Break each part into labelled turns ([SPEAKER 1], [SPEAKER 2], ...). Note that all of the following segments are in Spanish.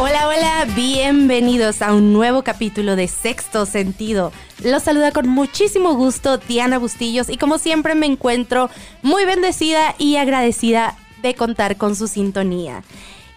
[SPEAKER 1] Hola, hola, bienvenidos a un nuevo capítulo de Sexto Sentido. Los saluda con muchísimo gusto Diana Bustillos y como siempre me encuentro muy bendecida y agradecida de contar con su sintonía.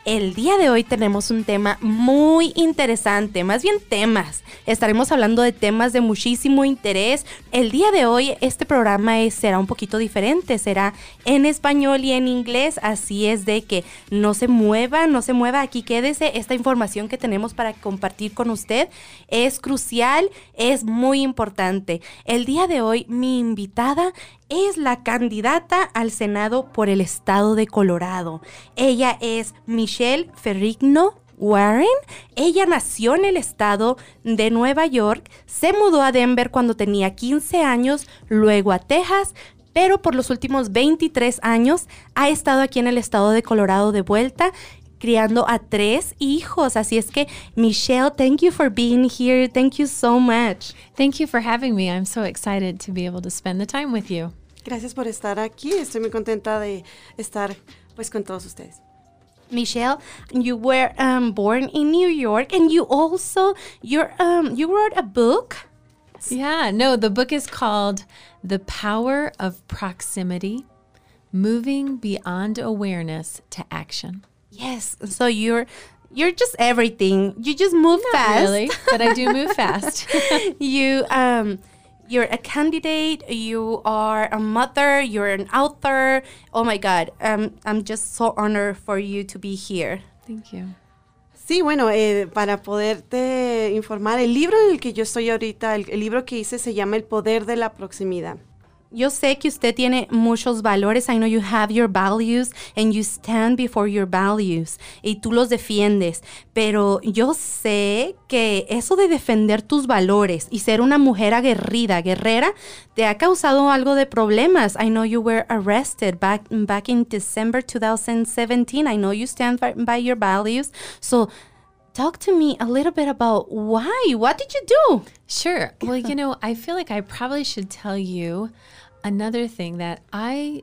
[SPEAKER 1] El día de hoy tenemos un tema muy interesante, más bien temas. Estaremos hablando de temas de muchísimo interés. El día de hoy este programa es- será un poquito diferente, será en español y en inglés, así es de que no se mueva, no se mueva, aquí quédese. Esta información que tenemos para compartir con usted es crucial, es muy importante. El día de hoy mi invitada es la candidata al Senado por el estado de Colorado. Ella es Michelle Ferrigno Warren. Ella nació en el estado de Nueva York, se mudó a Denver cuando tenía 15 años, luego a Texas, pero por los últimos 23 años ha estado aquí en el estado de Colorado de vuelta criando a tres hijos. Así es que, Michelle, thank you for being here. Thank you so much.
[SPEAKER 2] Thank you for having me. I'm so excited to be able to spend the time with you.
[SPEAKER 3] Gracias por estar aquí. Estoy muy contenta de estar pues con todos ustedes.
[SPEAKER 1] Michelle, you were um, born in New York, and you also you're um, you wrote a book.
[SPEAKER 2] Yeah, no, the book is called The Power of Proximity Moving Beyond Awareness to Action.
[SPEAKER 1] Yes, so you're you're just everything. You just move fast.
[SPEAKER 2] Really? But I do move fast.
[SPEAKER 1] you um, you're a candidate. You are a mother. You're an author. Oh my God! Um, I'm just so honored for you to be here.
[SPEAKER 2] Thank you.
[SPEAKER 3] Sí, bueno, eh, para poderte informar, el libro en el que yo estoy ahorita, el, el libro que hice se llama El Poder de la Proximidad.
[SPEAKER 1] Yo sé que usted tiene muchos valores. I know you have your values and you stand before your values y tú los defiendes. Pero yo sé que eso de defender tus valores y ser una mujer aguerrida, guerrera, te ha causado algo de problemas. I know you were arrested back back in December 2017. I know you stand by, by your values. So talk to me a little bit about why. What did you do?
[SPEAKER 2] Sure. Well, you know, I feel like I probably should tell you another thing that I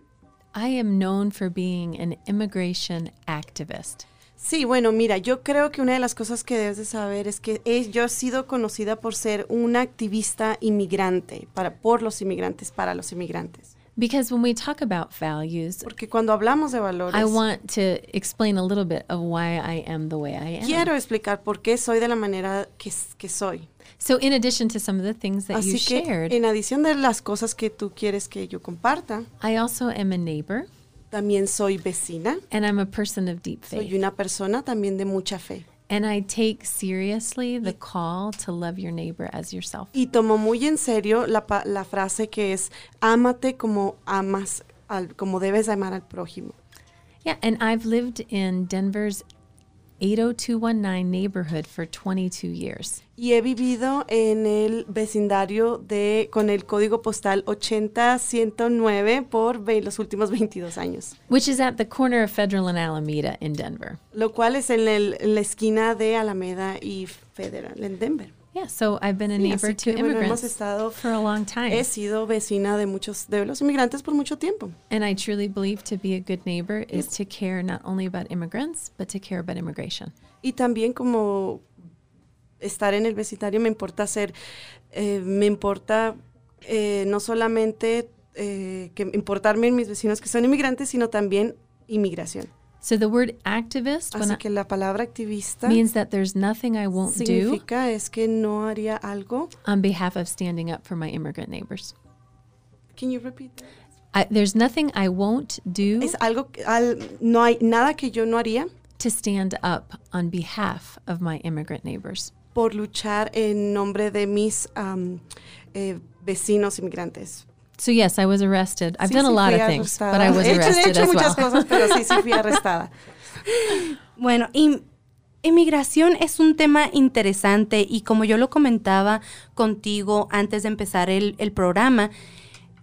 [SPEAKER 2] I am known for being an immigration activist.
[SPEAKER 3] Sí, bueno, mira, yo creo que una de las cosas que debes de saber es que es- yo he sido conocida por ser una activista inmigrante, para, por los inmigrantes, para los inmigrantes.
[SPEAKER 2] Because when we talk about values,
[SPEAKER 3] Porque cuando hablamos de valores,
[SPEAKER 2] I want to explain a little bit of why I am the way I am.
[SPEAKER 3] quiero explicar por qué soy de la manera que, s- que soy.
[SPEAKER 2] So, in addition to some of the things that you
[SPEAKER 3] Así que,
[SPEAKER 2] shared,
[SPEAKER 3] en adición de las cosas que tú quieres que yo comparta,
[SPEAKER 2] I also am a neighbor
[SPEAKER 3] También soy vecina.
[SPEAKER 2] and I'm a person of deep faith.
[SPEAKER 3] Soy una persona también de mucha fe.
[SPEAKER 2] and I take seriously the call to love your neighbor as yourself.
[SPEAKER 3] Y tomo muy en serio la, pa- la frase que es, ámate como amas, al, como debes amar al prójimo.
[SPEAKER 2] Yeah, and I've lived in Denver's 80219 neighborhood for 22 years.
[SPEAKER 3] Y he vivido en el vecindario de, con el código postal 80109 por ve- los últimos 22 años,
[SPEAKER 2] Which is at the corner of Federal and Alameda in Denver.
[SPEAKER 3] lo cual es en, el- en la esquina de Alameda y Federal, en Denver.
[SPEAKER 2] Yeah, so I've been a
[SPEAKER 3] Sí,
[SPEAKER 2] neighbor
[SPEAKER 3] así
[SPEAKER 2] to
[SPEAKER 3] que, bueno, hemos
[SPEAKER 2] immigrants
[SPEAKER 3] estado,
[SPEAKER 2] for a long time.
[SPEAKER 3] he sido vecina de muchos, de los inmigrantes por mucho tiempo.
[SPEAKER 2] And I truly believe to be a good neighbor is to care not only about immigrants, but to care about immigration.
[SPEAKER 3] Y también como estar en el vecindario me importa ser, eh, me importa eh, no solamente eh, que importarme en mis vecinos que son inmigrantes, sino también inmigración.
[SPEAKER 2] So the word activist when
[SPEAKER 3] Así
[SPEAKER 2] I-
[SPEAKER 3] que la palabra activista
[SPEAKER 2] means that there's nothing I won't do
[SPEAKER 3] significa es que no haría algo.
[SPEAKER 2] on behalf of standing up for my immigrant neighbors.
[SPEAKER 3] Can you repeat that?
[SPEAKER 2] I, there's nothing I won't do
[SPEAKER 3] Es algo que- al- no hay nada que yo no haría
[SPEAKER 2] to stand up on behalf of my immigrant neighbors.
[SPEAKER 3] por luchar en nombre de mis am, eh, vecinos inmigrantes.
[SPEAKER 2] So yes, I was arrested. I've
[SPEAKER 3] Sí,
[SPEAKER 2] done a
[SPEAKER 3] sí,
[SPEAKER 2] lot
[SPEAKER 3] fui
[SPEAKER 2] of things,
[SPEAKER 3] arrestada.
[SPEAKER 2] but I was
[SPEAKER 3] He hecho-
[SPEAKER 2] arrested
[SPEAKER 3] he hecho
[SPEAKER 2] as well.
[SPEAKER 3] muchas cosas, pero sí, sí fui arrestada.
[SPEAKER 1] Bueno, im- inmigración es un tema interesante y como yo lo comentaba contigo antes de empezar el, el programa,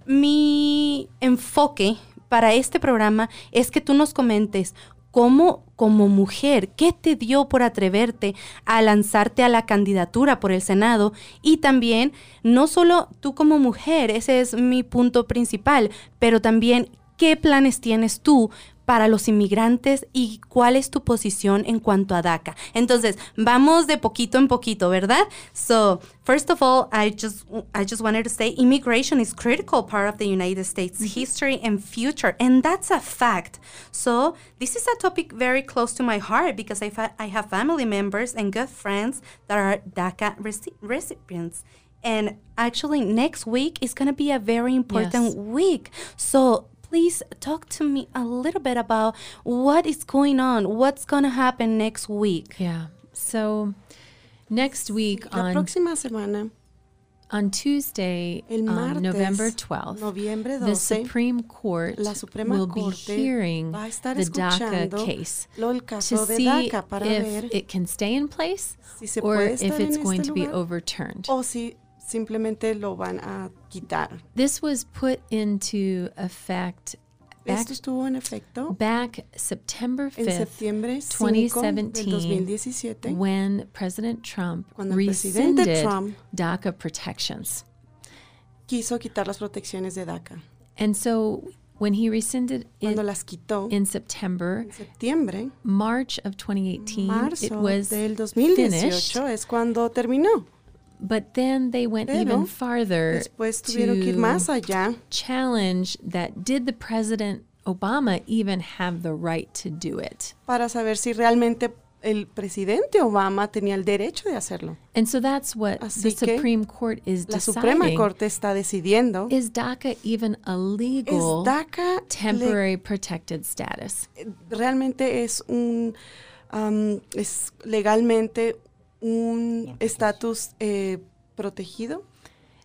[SPEAKER 1] mi enfoque para este programa es que tú nos comentes cómo como mujer, qué te dio por atreverte a lanzarte a la candidatura por el Senado y también no solo tú como mujer, ese es mi punto principal, pero también qué planes tienes tú para los inmigrantes y cuál es tu posición en cuanto a DACA. Entonces, vamos de poquito en poquito, ¿verdad? So, first of all, I just I just wanted to say immigration is critical part of the United States history and future, and that's a fact. So, this is a topic very close to my heart because I fa- I have family members and good friends that are DACA reci- recipients. And actually, next week is going to be a very important
[SPEAKER 2] Yes.
[SPEAKER 1] week. So please talk to me a little bit about what is going on, what's going to happen next week.
[SPEAKER 2] Yeah. So next week
[SPEAKER 3] La
[SPEAKER 2] on
[SPEAKER 3] próxima semana,
[SPEAKER 2] on Tuesday,
[SPEAKER 3] el
[SPEAKER 2] um,
[SPEAKER 3] martes,
[SPEAKER 2] November 12th,
[SPEAKER 3] noviembre
[SPEAKER 2] the
[SPEAKER 3] 12,
[SPEAKER 2] Supreme Court
[SPEAKER 3] la Suprema
[SPEAKER 2] will be
[SPEAKER 3] Corte
[SPEAKER 2] hearing
[SPEAKER 3] va a estar
[SPEAKER 2] the DACA
[SPEAKER 3] escuchando
[SPEAKER 2] case
[SPEAKER 3] lo del
[SPEAKER 2] to
[SPEAKER 3] caso de
[SPEAKER 2] see
[SPEAKER 3] DACA para ver
[SPEAKER 2] if it can stay in place
[SPEAKER 3] si se
[SPEAKER 2] or
[SPEAKER 3] puede
[SPEAKER 2] if
[SPEAKER 3] estar
[SPEAKER 2] it's
[SPEAKER 3] en
[SPEAKER 2] going
[SPEAKER 3] este
[SPEAKER 2] to be
[SPEAKER 3] lugar Oh.
[SPEAKER 2] overturned.
[SPEAKER 3] o si simplemente lo van a quitar.
[SPEAKER 2] This was put into effect back,
[SPEAKER 3] Esto estuvo en efecto
[SPEAKER 2] back September
[SPEAKER 3] en
[SPEAKER 2] 5th
[SPEAKER 3] septiembre 5 del
[SPEAKER 2] 2017,
[SPEAKER 3] 2017,
[SPEAKER 2] when President Trump
[SPEAKER 3] cuando el presidente
[SPEAKER 2] rescinded
[SPEAKER 3] Trump
[SPEAKER 2] DACA protections.
[SPEAKER 3] quiso quitar las protecciones de DACA.
[SPEAKER 2] And so when he rescinded it
[SPEAKER 3] Cuando las quitó
[SPEAKER 2] in September,
[SPEAKER 3] en septiembre,
[SPEAKER 2] March of 2018, it
[SPEAKER 3] marzo
[SPEAKER 2] was
[SPEAKER 3] del
[SPEAKER 2] finished.
[SPEAKER 3] 2018 es cuando terminó.
[SPEAKER 2] But then they went
[SPEAKER 3] Pero
[SPEAKER 2] even farther
[SPEAKER 3] Después tuvieron que ir más
[SPEAKER 2] to
[SPEAKER 3] allá.
[SPEAKER 2] challenge that did the President Obama even have the right to do it?
[SPEAKER 3] para saber si realmente el presidente Obama tenía el derecho de hacerlo.
[SPEAKER 2] And so that's what the
[SPEAKER 3] Así que
[SPEAKER 2] Supreme Court is
[SPEAKER 3] La
[SPEAKER 2] deciding.
[SPEAKER 3] Suprema Corte está decidiendo.
[SPEAKER 2] Is DACA even a
[SPEAKER 3] ¿Es
[SPEAKER 2] legal
[SPEAKER 3] DACA le-
[SPEAKER 2] temporary protected status?
[SPEAKER 3] realmente es un am, es legalmente un estatus eh, protegido?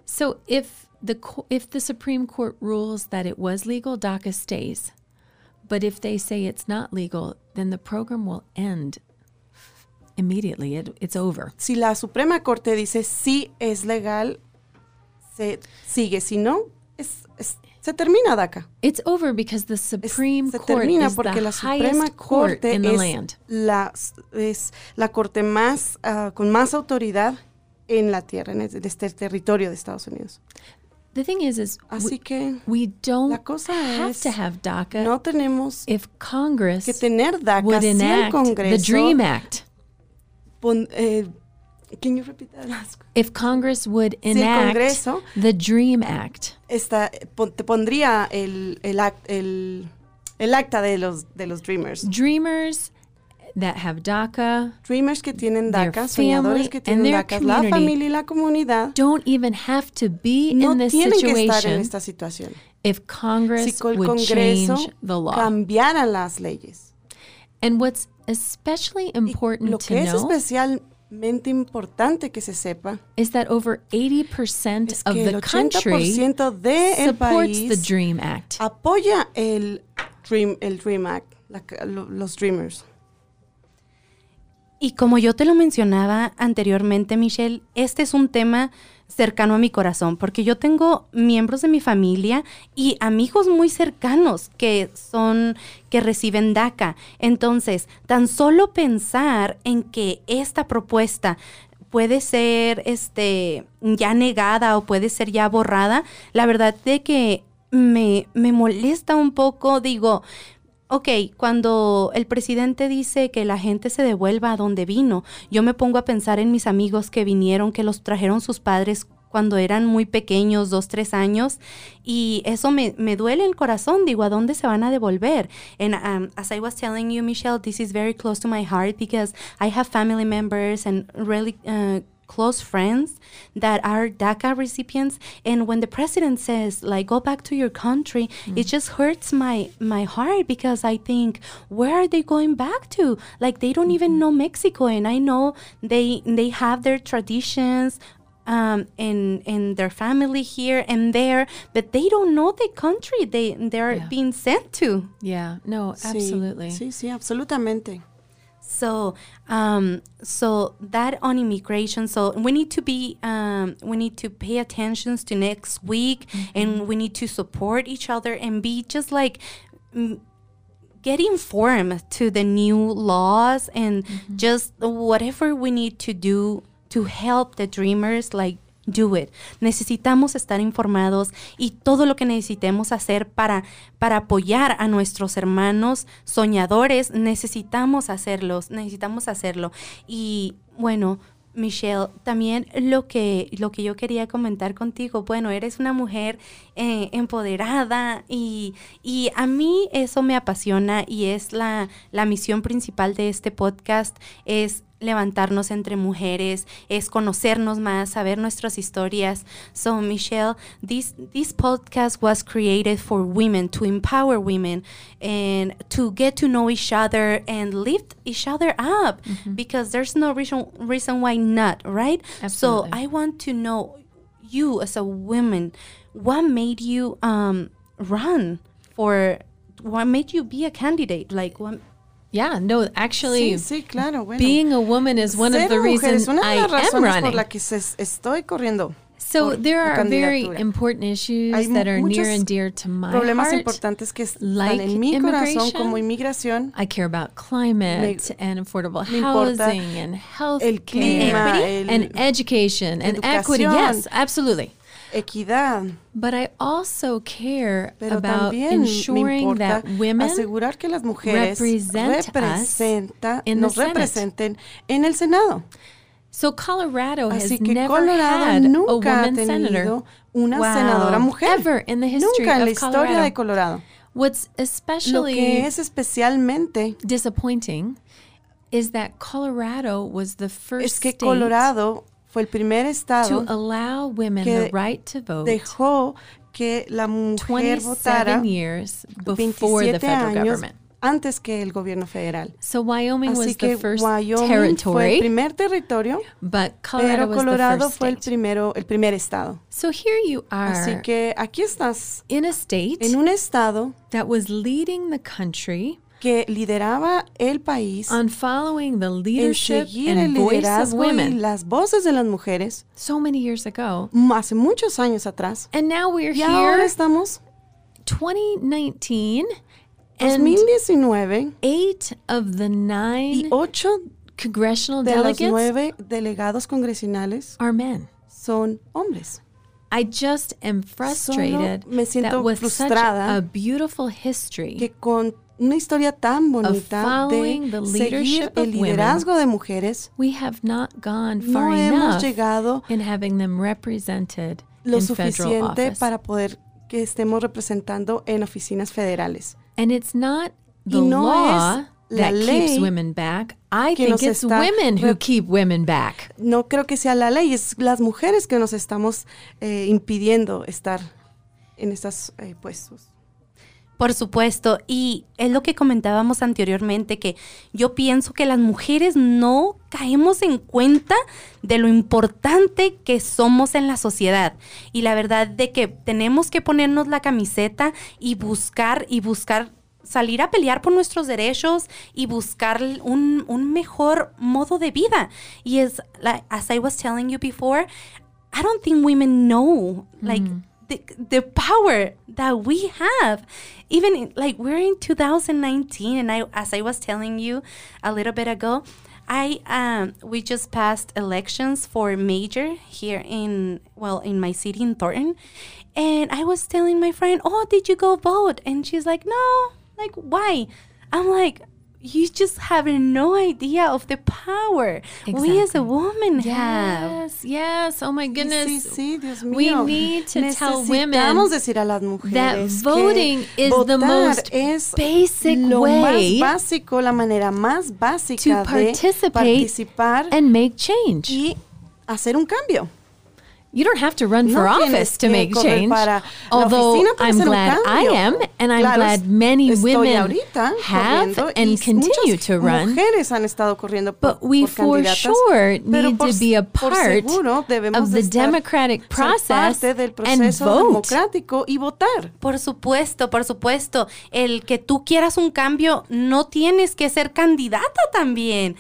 [SPEAKER 2] So if the co- if the Supreme Court rules that it was legal, DACA stays. But if they say it's not legal, then the program will end immediately. It, it's over.
[SPEAKER 3] Si la Suprema Corte dice sí es legal, se sigue. Si no, es- es- se termina DACA.
[SPEAKER 2] It's over because the
[SPEAKER 3] Es-
[SPEAKER 2] Supreme
[SPEAKER 3] se
[SPEAKER 2] Court
[SPEAKER 3] termina
[SPEAKER 2] is
[SPEAKER 3] porque
[SPEAKER 2] the
[SPEAKER 3] la Suprema
[SPEAKER 2] highest court
[SPEAKER 3] Corte
[SPEAKER 2] in the
[SPEAKER 3] es
[SPEAKER 2] land.
[SPEAKER 3] la, es la corte más ah, con más autoridad en la tierra, en este, en este territorio de Estados Unidos.
[SPEAKER 2] The thing is, is we,
[SPEAKER 3] Así que
[SPEAKER 2] we don't
[SPEAKER 3] la cosa
[SPEAKER 2] have
[SPEAKER 3] es-
[SPEAKER 2] to have DACA
[SPEAKER 3] no tenemos
[SPEAKER 2] if Congress
[SPEAKER 3] que tener DACA
[SPEAKER 2] would
[SPEAKER 3] si el
[SPEAKER 2] enact the
[SPEAKER 3] Congreso.
[SPEAKER 2] Dream Act.
[SPEAKER 3] pon- eh, can you repeat that last-
[SPEAKER 2] If Congress would
[SPEAKER 3] el
[SPEAKER 2] enact
[SPEAKER 3] Congreso-
[SPEAKER 2] the Dream Act.
[SPEAKER 3] Esta, pon- te pondría el, el, act- el, el acta de los, de los Dreamers.
[SPEAKER 2] dreamers that have DACA
[SPEAKER 3] Dreamers que tienen
[SPEAKER 2] Their
[SPEAKER 3] DACA,
[SPEAKER 2] family
[SPEAKER 3] soñadores que
[SPEAKER 2] and
[SPEAKER 3] tienen
[SPEAKER 2] their
[SPEAKER 3] DACA, la
[SPEAKER 2] community.
[SPEAKER 3] familia y la comunidad
[SPEAKER 2] don't even have to be
[SPEAKER 3] no
[SPEAKER 2] in this
[SPEAKER 3] tienen que estar
[SPEAKER 2] situation
[SPEAKER 3] en esta situación.
[SPEAKER 2] if
[SPEAKER 3] si
[SPEAKER 2] Congress
[SPEAKER 3] el
[SPEAKER 2] would
[SPEAKER 3] Congreso
[SPEAKER 2] change the law.
[SPEAKER 3] cambiara las leyes.
[SPEAKER 2] and what's especially
[SPEAKER 3] Y
[SPEAKER 2] important
[SPEAKER 3] lo
[SPEAKER 2] to
[SPEAKER 3] que es
[SPEAKER 2] know
[SPEAKER 3] especialmente importante que se sepa
[SPEAKER 2] is that over 80%
[SPEAKER 3] es
[SPEAKER 2] of
[SPEAKER 3] que
[SPEAKER 2] the
[SPEAKER 3] el
[SPEAKER 2] country
[SPEAKER 3] 80% del
[SPEAKER 2] supports the
[SPEAKER 3] país Ah,
[SPEAKER 2] Dream Act.
[SPEAKER 3] apoya el Dream, el Dream Act, la ca- lo- los Dreamers.
[SPEAKER 1] Y como yo te lo mencionaba anteriormente, Michelle, este es un tema cercano a mi corazón, porque yo tengo miembros de mi familia y amigos muy cercanos que son, que reciben DACA. Entonces, tan solo pensar en que esta propuesta puede ser este ya negada o puede ser ya borrada, la verdad de que me, me molesta un poco, digo, Ok, cuando el presidente dice que la gente se devuelva a donde vino, yo me pongo a pensar en mis amigos que vinieron, que los trajeron sus padres cuando eran muy pequeños, dos, tres años, y eso me, me duele el corazón, digo, ¿a dónde se van a devolver? And um, as I was telling you, Michelle, this is very close to my heart because I have family members and really uh, close friends that are DACA recipients. And when the president says, like, go back to your country, it just hurts my, my heart because I think, where are they going back to? Like, they don't even know Mexico. And I know they, they have their traditions um, in in their family here and there, but they don't know the country they they're
[SPEAKER 2] Yeah.
[SPEAKER 1] being sent to.
[SPEAKER 2] yeah, no,
[SPEAKER 3] Sí,
[SPEAKER 2] absolutely.
[SPEAKER 3] Sí, sí, absolutamente.
[SPEAKER 1] So um, so that on immigration. So we need to be um, we need to pay attention to next week, and we need to support each other and be just like. mm, Get informed to the new laws and just whatever we need to do to help the dreamers, like do it. Necesitamos estar informados y todo lo que necesitemos hacer para, para apoyar a nuestros hermanos soñadores, necesitamos hacerlos, necesitamos hacerlo. Y bueno, Michelle, también lo que, lo que yo quería comentar contigo, bueno, eres una mujer eh, empoderada y, y, a mí eso me apasiona y es la, la misión principal de este podcast, es levantarnos entre mujeres, es conocernos más, saber nuestras historias. So, Michelle, this, this podcast was created for women, to empower women and to get to know each other and lift each other up mm -hmm. because there's no reason, reason why not, right? Absolutely. So, I want to know you as a woman, what made you um, run for, what made you be a candidate? Like, what?
[SPEAKER 2] Yeah, no, actually,
[SPEAKER 3] sí, sí, claro, bueno.
[SPEAKER 2] being a woman is one
[SPEAKER 3] Ser
[SPEAKER 2] of the reasons
[SPEAKER 3] mujer, una de las
[SPEAKER 2] I am
[SPEAKER 3] razones
[SPEAKER 2] running.
[SPEAKER 3] por la que se estoy corriendo.
[SPEAKER 2] so
[SPEAKER 3] por
[SPEAKER 2] there
[SPEAKER 3] la
[SPEAKER 2] are very
[SPEAKER 3] candidatura.
[SPEAKER 2] important issues
[SPEAKER 3] Hay
[SPEAKER 2] that are near
[SPEAKER 3] muchos
[SPEAKER 2] and dear to my
[SPEAKER 3] Problemas
[SPEAKER 2] heart.
[SPEAKER 3] importantes que están
[SPEAKER 2] like
[SPEAKER 3] en mi corazón
[SPEAKER 2] immigration,
[SPEAKER 3] como inmigración,
[SPEAKER 2] I care about climate and affordable
[SPEAKER 3] me importa
[SPEAKER 2] housing and health
[SPEAKER 3] el clima,
[SPEAKER 2] care
[SPEAKER 3] el-
[SPEAKER 2] and education and equity.
[SPEAKER 3] educación.
[SPEAKER 2] Yes, absolutely.
[SPEAKER 3] equidad,
[SPEAKER 2] But I also care
[SPEAKER 3] pero
[SPEAKER 2] about
[SPEAKER 3] también me
[SPEAKER 2] ensuring
[SPEAKER 3] importa
[SPEAKER 2] that women
[SPEAKER 3] asegurar que las mujeres
[SPEAKER 2] represent us
[SPEAKER 3] representa-
[SPEAKER 2] in the
[SPEAKER 3] nos
[SPEAKER 2] Senate.
[SPEAKER 3] representen en el Senado.
[SPEAKER 2] So Colorado has
[SPEAKER 3] Así que
[SPEAKER 2] never
[SPEAKER 3] Colorado
[SPEAKER 2] had a
[SPEAKER 3] nunca ha
[SPEAKER 2] woman
[SPEAKER 3] tenido
[SPEAKER 2] senator
[SPEAKER 3] una
[SPEAKER 1] Wow.
[SPEAKER 3] senadora mujer.
[SPEAKER 2] ever in the history
[SPEAKER 3] nunca en la
[SPEAKER 2] of
[SPEAKER 3] historia
[SPEAKER 2] Colorado.
[SPEAKER 3] de Colorado.
[SPEAKER 2] What's
[SPEAKER 3] Lo que
[SPEAKER 2] especially
[SPEAKER 3] es especialmente
[SPEAKER 2] disappointing is that Colorado was the first
[SPEAKER 3] es que
[SPEAKER 2] state
[SPEAKER 3] Colorado fue el primer
[SPEAKER 2] to
[SPEAKER 3] estado
[SPEAKER 2] allow women
[SPEAKER 3] que
[SPEAKER 2] the right to vote
[SPEAKER 3] dejó que la mujer
[SPEAKER 2] 27
[SPEAKER 3] votara
[SPEAKER 2] years before the
[SPEAKER 3] 27
[SPEAKER 2] federal
[SPEAKER 3] años
[SPEAKER 2] government.
[SPEAKER 3] antes que el gobierno federal.
[SPEAKER 2] So Wyoming
[SPEAKER 3] Así
[SPEAKER 2] was
[SPEAKER 3] que
[SPEAKER 2] the first
[SPEAKER 3] Wyoming fue el
[SPEAKER 2] territory,
[SPEAKER 3] primer territorio,
[SPEAKER 2] but Colorado
[SPEAKER 3] pero
[SPEAKER 2] was the
[SPEAKER 3] Colorado
[SPEAKER 2] first
[SPEAKER 3] fue el
[SPEAKER 2] state.
[SPEAKER 3] primero, el primer estado.
[SPEAKER 2] so here you
[SPEAKER 3] Así
[SPEAKER 2] are
[SPEAKER 3] que aquí estás
[SPEAKER 2] in a state
[SPEAKER 3] en un estado
[SPEAKER 2] that was leading the country
[SPEAKER 3] que lideraba el país
[SPEAKER 2] on following the
[SPEAKER 3] en
[SPEAKER 2] leadership
[SPEAKER 3] seguir el
[SPEAKER 2] and voice of
[SPEAKER 3] liderazgo y
[SPEAKER 2] women
[SPEAKER 3] las voces de las mujeres
[SPEAKER 2] so many years ago.
[SPEAKER 3] mm, hace muchos años atrás.
[SPEAKER 2] And now we're
[SPEAKER 3] Y ahora
[SPEAKER 2] here,
[SPEAKER 3] estamos
[SPEAKER 2] 2019, and
[SPEAKER 3] 2019
[SPEAKER 2] eight of the
[SPEAKER 3] y
[SPEAKER 2] nine
[SPEAKER 3] ocho
[SPEAKER 2] congressional
[SPEAKER 3] de los
[SPEAKER 2] delegates
[SPEAKER 3] nueve delegados congresionales
[SPEAKER 2] are men.
[SPEAKER 3] son hombres.
[SPEAKER 2] I just am frustrated
[SPEAKER 3] me
[SPEAKER 2] that
[SPEAKER 3] siento
[SPEAKER 2] with such
[SPEAKER 3] frustrada
[SPEAKER 2] a beautiful history,
[SPEAKER 3] Que con una historia tan bonita
[SPEAKER 2] following the
[SPEAKER 3] de seguir
[SPEAKER 2] leadership of
[SPEAKER 3] el
[SPEAKER 2] women,
[SPEAKER 3] liderazgo de mujeres,
[SPEAKER 2] we have not gone far
[SPEAKER 3] no
[SPEAKER 2] enough
[SPEAKER 3] hemos llegado
[SPEAKER 2] in having them represented
[SPEAKER 3] lo
[SPEAKER 2] in federal
[SPEAKER 3] suficiente
[SPEAKER 2] office.
[SPEAKER 3] para poder que estemos representando en oficinas federales.
[SPEAKER 2] And it's not the
[SPEAKER 3] no
[SPEAKER 2] law
[SPEAKER 3] es la
[SPEAKER 2] that keeps
[SPEAKER 3] ley
[SPEAKER 2] women back. I
[SPEAKER 3] que
[SPEAKER 2] think
[SPEAKER 3] nos
[SPEAKER 2] it's
[SPEAKER 3] está
[SPEAKER 2] women who
[SPEAKER 3] rep-
[SPEAKER 2] keep women back.
[SPEAKER 3] No creo que sea la ley, es las mujeres que nos estamos eh, impidiendo estar en estos puestos.
[SPEAKER 1] Por supuesto, y es lo que comentábamos anteriormente, que yo pienso que las mujeres no caemos en cuenta de lo importante que somos en la sociedad. Y la verdad de que tenemos que ponernos la camiseta y buscar y buscar salir a pelear por nuestros derechos y buscar un, un mejor modo de vida. Y es, like, as I was telling you before, I don't think women know like the, the power that we have. Even in, like we're in 2019, and I, as I was telling you a little bit ago, I um, we just passed elections for major here in well in my city in Thornton, and I was telling my friend, "Oh, did you go vote?" And she's like, "No, like why?" I'm like. You just have no idea of the power we as
[SPEAKER 2] Exactly.
[SPEAKER 1] a woman have.
[SPEAKER 2] Yes, yes. Oh my
[SPEAKER 3] Y
[SPEAKER 2] goodness.
[SPEAKER 3] Sí, sí, Dios
[SPEAKER 2] we
[SPEAKER 3] mío.
[SPEAKER 2] need to tell women
[SPEAKER 3] Necesitamos decir a las
[SPEAKER 2] that
[SPEAKER 3] mujeres
[SPEAKER 2] voting
[SPEAKER 3] que
[SPEAKER 2] is the
[SPEAKER 3] votar
[SPEAKER 2] most
[SPEAKER 3] es
[SPEAKER 2] basic
[SPEAKER 3] lo
[SPEAKER 2] way
[SPEAKER 3] más básico, la manera más básica
[SPEAKER 2] to
[SPEAKER 3] de
[SPEAKER 2] participate
[SPEAKER 3] participar
[SPEAKER 2] and make change.
[SPEAKER 3] y hacer un cambio.
[SPEAKER 2] You don't have to run
[SPEAKER 3] No
[SPEAKER 2] for
[SPEAKER 3] tienes
[SPEAKER 2] office to
[SPEAKER 3] que
[SPEAKER 2] make
[SPEAKER 3] correr
[SPEAKER 2] change.
[SPEAKER 3] para la
[SPEAKER 2] Although
[SPEAKER 3] oficina para
[SPEAKER 2] I'm
[SPEAKER 3] hacer un
[SPEAKER 2] glad I
[SPEAKER 3] cambio.
[SPEAKER 2] am, and I'm
[SPEAKER 3] Claro,
[SPEAKER 2] glad many
[SPEAKER 3] estoy
[SPEAKER 2] women
[SPEAKER 3] ahorita
[SPEAKER 2] have
[SPEAKER 3] corriendo y
[SPEAKER 2] and continue
[SPEAKER 3] muchas
[SPEAKER 2] to run.
[SPEAKER 3] Mujeres han estado corriendo por,
[SPEAKER 2] But we
[SPEAKER 3] por
[SPEAKER 2] for
[SPEAKER 3] candidatas,
[SPEAKER 2] sure
[SPEAKER 3] pero
[SPEAKER 2] need
[SPEAKER 3] por-
[SPEAKER 2] to be a
[SPEAKER 3] por
[SPEAKER 2] part
[SPEAKER 3] seguro debemos
[SPEAKER 2] of
[SPEAKER 3] de
[SPEAKER 2] the
[SPEAKER 3] estar-
[SPEAKER 2] democratic
[SPEAKER 3] ser
[SPEAKER 2] process
[SPEAKER 3] parte del
[SPEAKER 2] and
[SPEAKER 3] proceso
[SPEAKER 2] vote.
[SPEAKER 3] democrático y votar.
[SPEAKER 1] Por supuesto, por supuesto. El que tú quieras un cambio, no tienes que ser candidata también.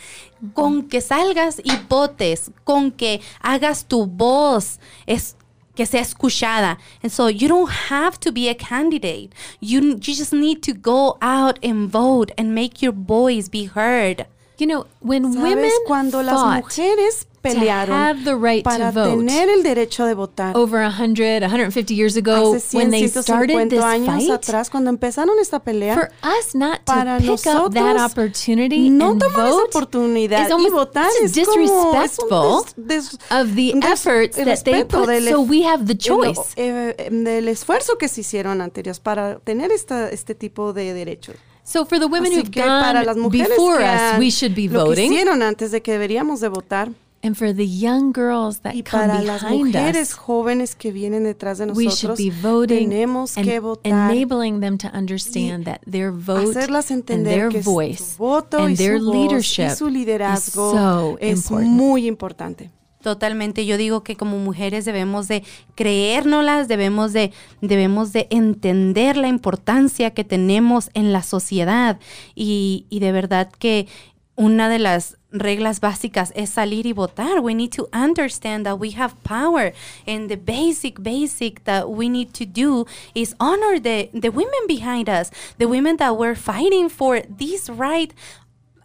[SPEAKER 1] Con que salgas y votes, con que hagas tu voz, es que sea escuchada. And so you don't have to be a candidate. You, you just need to go out and vote and make your voice be heard.
[SPEAKER 2] You know, when women
[SPEAKER 3] ¿Sabes? Cuando las
[SPEAKER 2] fought
[SPEAKER 3] mujeres
[SPEAKER 2] to
[SPEAKER 3] pelearon
[SPEAKER 2] have the right
[SPEAKER 3] para
[SPEAKER 2] to vote
[SPEAKER 3] tener el derecho de votar
[SPEAKER 2] over 100, 150 years ago,
[SPEAKER 3] hace
[SPEAKER 2] when
[SPEAKER 3] 100,
[SPEAKER 2] they started this
[SPEAKER 3] 150 años
[SPEAKER 2] fight,
[SPEAKER 3] atrás, cuando empezaron esta pelea,
[SPEAKER 2] for us not to
[SPEAKER 3] para
[SPEAKER 2] pick up that
[SPEAKER 3] nosotros
[SPEAKER 2] opportunity
[SPEAKER 3] no
[SPEAKER 2] and
[SPEAKER 3] toman esa
[SPEAKER 2] vote
[SPEAKER 3] oportunidad
[SPEAKER 2] is
[SPEAKER 3] y
[SPEAKER 2] almost-
[SPEAKER 3] votar
[SPEAKER 2] it's
[SPEAKER 3] es como es un
[SPEAKER 2] disrespectful
[SPEAKER 3] des- des-
[SPEAKER 2] of the
[SPEAKER 3] un des-
[SPEAKER 2] efforts
[SPEAKER 3] el
[SPEAKER 2] that they
[SPEAKER 3] respeto
[SPEAKER 2] put,
[SPEAKER 3] del
[SPEAKER 2] so
[SPEAKER 3] ef-
[SPEAKER 2] we have the choice.
[SPEAKER 3] el- eh, del esfuerzo que se hicieron anteriores para tener esta, este tipo de derechos.
[SPEAKER 2] So for the women
[SPEAKER 3] Así
[SPEAKER 2] who've
[SPEAKER 3] que para las
[SPEAKER 2] gone
[SPEAKER 3] mujeres
[SPEAKER 2] before
[SPEAKER 3] que
[SPEAKER 2] us,
[SPEAKER 3] han-
[SPEAKER 2] we should be
[SPEAKER 3] lo que
[SPEAKER 2] voting,
[SPEAKER 3] hicieron antes de que deberíamos de votar
[SPEAKER 2] and for the young girls
[SPEAKER 3] y
[SPEAKER 2] that
[SPEAKER 3] para
[SPEAKER 2] come
[SPEAKER 3] las
[SPEAKER 2] behind
[SPEAKER 3] mujeres
[SPEAKER 2] us,
[SPEAKER 3] jóvenes que vienen detrás de
[SPEAKER 2] we should
[SPEAKER 3] nosotros
[SPEAKER 2] be voting
[SPEAKER 3] tenemos
[SPEAKER 2] and
[SPEAKER 3] que votar
[SPEAKER 2] enabling them to understand that their vote
[SPEAKER 3] hacerlas
[SPEAKER 2] and
[SPEAKER 3] entender
[SPEAKER 2] their
[SPEAKER 3] que su
[SPEAKER 2] voice
[SPEAKER 3] voto y
[SPEAKER 2] and their
[SPEAKER 3] su, voz
[SPEAKER 2] leadership
[SPEAKER 3] y su
[SPEAKER 2] is
[SPEAKER 3] liderazgo
[SPEAKER 2] so
[SPEAKER 3] es
[SPEAKER 2] important.
[SPEAKER 3] muy importante.
[SPEAKER 1] Totalmente, yo digo que como mujeres debemos de creérnoslas, debemos de, debemos de entender la importancia que tenemos en la sociedad y, y de verdad que una de las reglas básicas es salir y votar. We need to understand that we have power and the basic, basic that we need to do is honor the, the women behind us, the women that were fighting for this right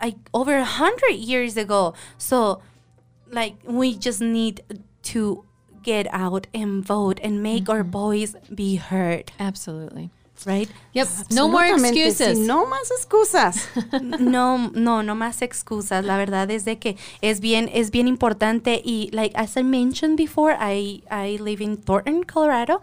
[SPEAKER 1] like over a hundred years ago. So like we just need to get out and vote and make our voice be heard
[SPEAKER 2] Absolutely.
[SPEAKER 1] right
[SPEAKER 2] Yep. No more
[SPEAKER 3] Absolutamente,
[SPEAKER 2] excuses.
[SPEAKER 3] sí, no más excusas.
[SPEAKER 1] no no no más excusas la verdad es de que es bien es bien importante y like as i mentioned before i i live in thornton colorado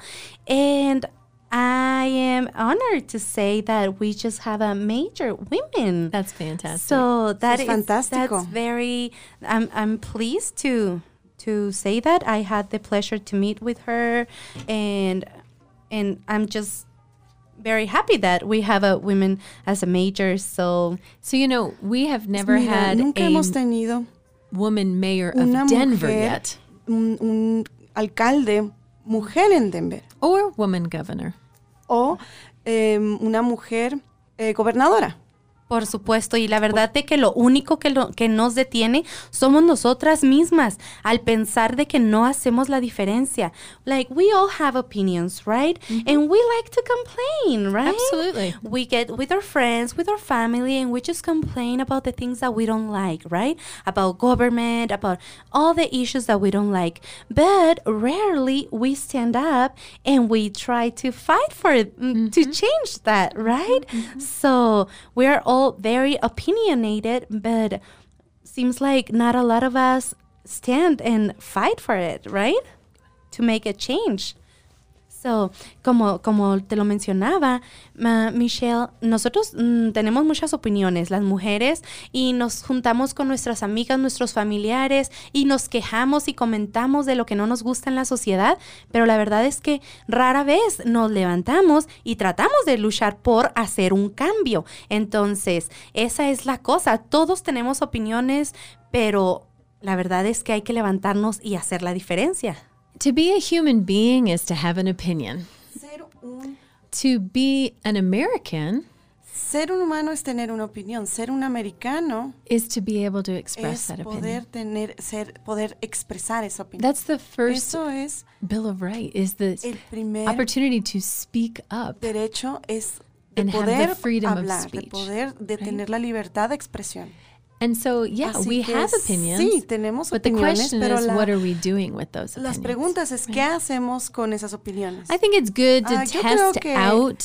[SPEAKER 1] and i am honored to say that we just have a major women
[SPEAKER 2] That's fantastic.
[SPEAKER 1] So that
[SPEAKER 3] es
[SPEAKER 1] is
[SPEAKER 3] fantástico.
[SPEAKER 1] That's very. I'm I'm pleased to to say that I had the pleasure to meet with her, and and I'm just very happy that we have a women as a major. So
[SPEAKER 2] So you know, we have never
[SPEAKER 3] Mira,
[SPEAKER 2] had
[SPEAKER 3] nunca
[SPEAKER 2] a
[SPEAKER 3] hemos tenido
[SPEAKER 2] woman mayor of
[SPEAKER 3] una
[SPEAKER 2] Denver
[SPEAKER 3] mujer,
[SPEAKER 2] yet,
[SPEAKER 3] un, un alcalde mujer en Denver
[SPEAKER 2] or woman governor.
[SPEAKER 3] o eh, una mujer eh, gobernadora.
[SPEAKER 1] Por supuesto, y la verdad de que lo único que, lo- que nos detiene somos nosotras mismas al pensar de que no hacemos la diferencia. Like we all have opinions, right? And we like to complain, right?
[SPEAKER 2] Mm-hmm. Absolutely.
[SPEAKER 1] We get with our friends, with our family, and we just complain about the things that we don't like, right? About government, about all the issues that we don't like. But rarely we stand up and we try to fight for it, mm, to change that, right? So we are all very opinionated, but seems like not a lot of us stand and fight for it, right? To make a change. So, como, como te lo mencionaba, ma- Michelle, nosotros mm, tenemos muchas opiniones, las mujeres, y nos juntamos con nuestras amigas, nuestros familiares, y nos quejamos y comentamos de lo que no nos gusta en la sociedad, pero la verdad es que rara vez nos levantamos y tratamos de luchar por hacer un cambio. Entonces, esa es la cosa, todos tenemos opiniones, pero la verdad es que hay que levantarnos y hacer la diferencia.
[SPEAKER 2] To be a human being is to have an opinion.
[SPEAKER 3] Ser un,
[SPEAKER 2] To be an American
[SPEAKER 3] ser un humano es tener una opinión. Ser un americano
[SPEAKER 2] is to be able to express
[SPEAKER 3] es
[SPEAKER 2] that opinion.
[SPEAKER 3] poder tener, ser, poder expresar esa opinión.
[SPEAKER 2] That's the first
[SPEAKER 3] Eso es
[SPEAKER 2] Bill of Rights is the
[SPEAKER 3] el primer
[SPEAKER 2] opportunity to speak up.
[SPEAKER 3] derecho es de
[SPEAKER 2] And have the
[SPEAKER 3] poder
[SPEAKER 2] freedom of
[SPEAKER 3] hablar, de
[SPEAKER 2] speech,
[SPEAKER 3] poder de
[SPEAKER 2] right?
[SPEAKER 3] tener la libertad de expresión.
[SPEAKER 2] And so, yeah,
[SPEAKER 3] Así
[SPEAKER 2] we
[SPEAKER 3] que
[SPEAKER 2] have
[SPEAKER 3] Sí,
[SPEAKER 2] opinions.
[SPEAKER 3] tenemos
[SPEAKER 2] But the
[SPEAKER 3] opiniones,
[SPEAKER 2] question
[SPEAKER 3] pero
[SPEAKER 2] is,
[SPEAKER 3] la-
[SPEAKER 2] what are we doing with those opinions?
[SPEAKER 3] las preguntas es ¿qué hacemos con esas opiniones?
[SPEAKER 2] I think it's good to
[SPEAKER 3] Ah, yo creo
[SPEAKER 2] test
[SPEAKER 3] que
[SPEAKER 2] out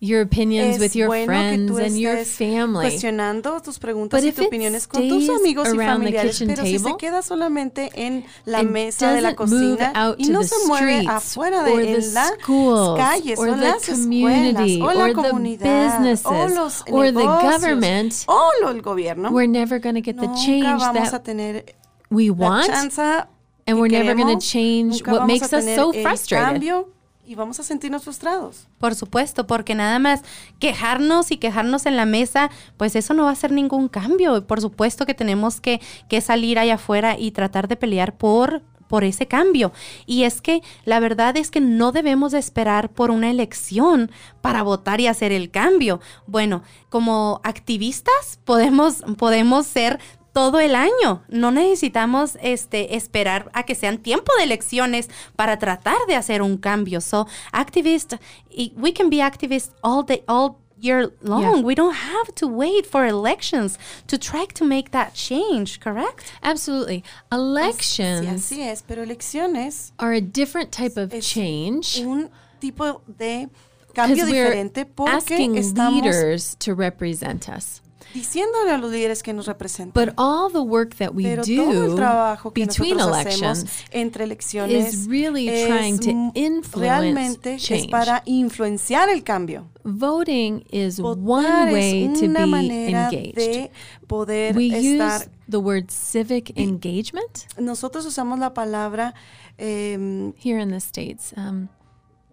[SPEAKER 2] your opinions
[SPEAKER 3] es
[SPEAKER 2] with your
[SPEAKER 3] bueno que
[SPEAKER 2] friends
[SPEAKER 3] tú
[SPEAKER 2] and your
[SPEAKER 3] estés
[SPEAKER 2] family.
[SPEAKER 3] cuestionando tus
[SPEAKER 2] But
[SPEAKER 3] preguntas y
[SPEAKER 2] if
[SPEAKER 3] tus
[SPEAKER 2] it
[SPEAKER 3] opiniones con tus
[SPEAKER 2] stays
[SPEAKER 3] amigos y
[SPEAKER 2] around the
[SPEAKER 3] familiares,
[SPEAKER 2] kitchen
[SPEAKER 3] pero si se
[SPEAKER 2] table
[SPEAKER 3] queda solamente en la
[SPEAKER 2] and
[SPEAKER 3] mesa de la
[SPEAKER 2] doesn't move
[SPEAKER 3] cocina
[SPEAKER 2] out
[SPEAKER 3] y
[SPEAKER 2] to
[SPEAKER 3] no
[SPEAKER 2] the
[SPEAKER 3] se mueve
[SPEAKER 2] streets
[SPEAKER 3] afuera
[SPEAKER 2] or
[SPEAKER 3] de
[SPEAKER 2] the
[SPEAKER 3] en las
[SPEAKER 2] schools
[SPEAKER 3] calles
[SPEAKER 2] or
[SPEAKER 3] o
[SPEAKER 2] the
[SPEAKER 3] las escuelas
[SPEAKER 2] community
[SPEAKER 3] o la
[SPEAKER 2] or the
[SPEAKER 3] comunidad o
[SPEAKER 2] businesses
[SPEAKER 3] los
[SPEAKER 2] or the
[SPEAKER 3] negocios,
[SPEAKER 2] government,
[SPEAKER 3] o lo- el gobierno,
[SPEAKER 2] We're never going to get the change
[SPEAKER 3] nunca vamos a
[SPEAKER 2] that
[SPEAKER 3] tener
[SPEAKER 2] we want.
[SPEAKER 3] la chance
[SPEAKER 2] and
[SPEAKER 3] que
[SPEAKER 2] we're never gonna
[SPEAKER 3] queremos,
[SPEAKER 2] change
[SPEAKER 3] nunca
[SPEAKER 2] what
[SPEAKER 3] vamos
[SPEAKER 2] makes
[SPEAKER 3] a
[SPEAKER 2] us
[SPEAKER 3] tener
[SPEAKER 2] so
[SPEAKER 3] el
[SPEAKER 2] frustrated.
[SPEAKER 3] cambio y vamos a sentirnos frustrados.
[SPEAKER 1] Por supuesto, porque nada más quejarnos y quejarnos en la mesa, pues eso no va a hacer ningún cambio. Por supuesto que tenemos que, que salir allá afuera y tratar de pelear por por ese cambio. Y es que la verdad es que no debemos de esperar por una elección para votar y hacer el cambio. Bueno, como activistas podemos, podemos ser todo el año. No necesitamos este, esperar a que sean tiempo de elecciones para tratar de hacer un cambio. So, activist, i- we can be activists all day, all year long. We don't have to wait for elections to try to make that change, correct?
[SPEAKER 2] Absolutely.
[SPEAKER 3] Sí,
[SPEAKER 2] Elections
[SPEAKER 3] así es, pero elecciones,
[SPEAKER 2] are a different type of
[SPEAKER 3] Es-
[SPEAKER 2] change
[SPEAKER 3] un tipo de cambio
[SPEAKER 2] because we're
[SPEAKER 3] diferente porque
[SPEAKER 2] asking
[SPEAKER 3] estamos
[SPEAKER 2] leaders to represent us.
[SPEAKER 3] diciéndole a los líderes que nos representan.
[SPEAKER 2] But all the work that we
[SPEAKER 3] Pero todo el
[SPEAKER 2] do
[SPEAKER 3] trabajo que
[SPEAKER 2] between
[SPEAKER 3] nosotros hacemos
[SPEAKER 2] elections
[SPEAKER 3] entre elecciones
[SPEAKER 2] is really
[SPEAKER 3] es
[SPEAKER 2] trying to
[SPEAKER 3] mu-
[SPEAKER 2] influence
[SPEAKER 3] realmente es
[SPEAKER 2] change.
[SPEAKER 3] para influenciar el cambio.
[SPEAKER 2] Voting is
[SPEAKER 3] Votar
[SPEAKER 2] one way
[SPEAKER 3] es
[SPEAKER 2] to
[SPEAKER 3] una
[SPEAKER 2] be
[SPEAKER 3] manera
[SPEAKER 2] engaged.
[SPEAKER 3] de poder
[SPEAKER 2] We
[SPEAKER 3] estar.
[SPEAKER 2] use the word civic engagement
[SPEAKER 3] Nosotros usamos la palabra eh,
[SPEAKER 2] here in the States. Um,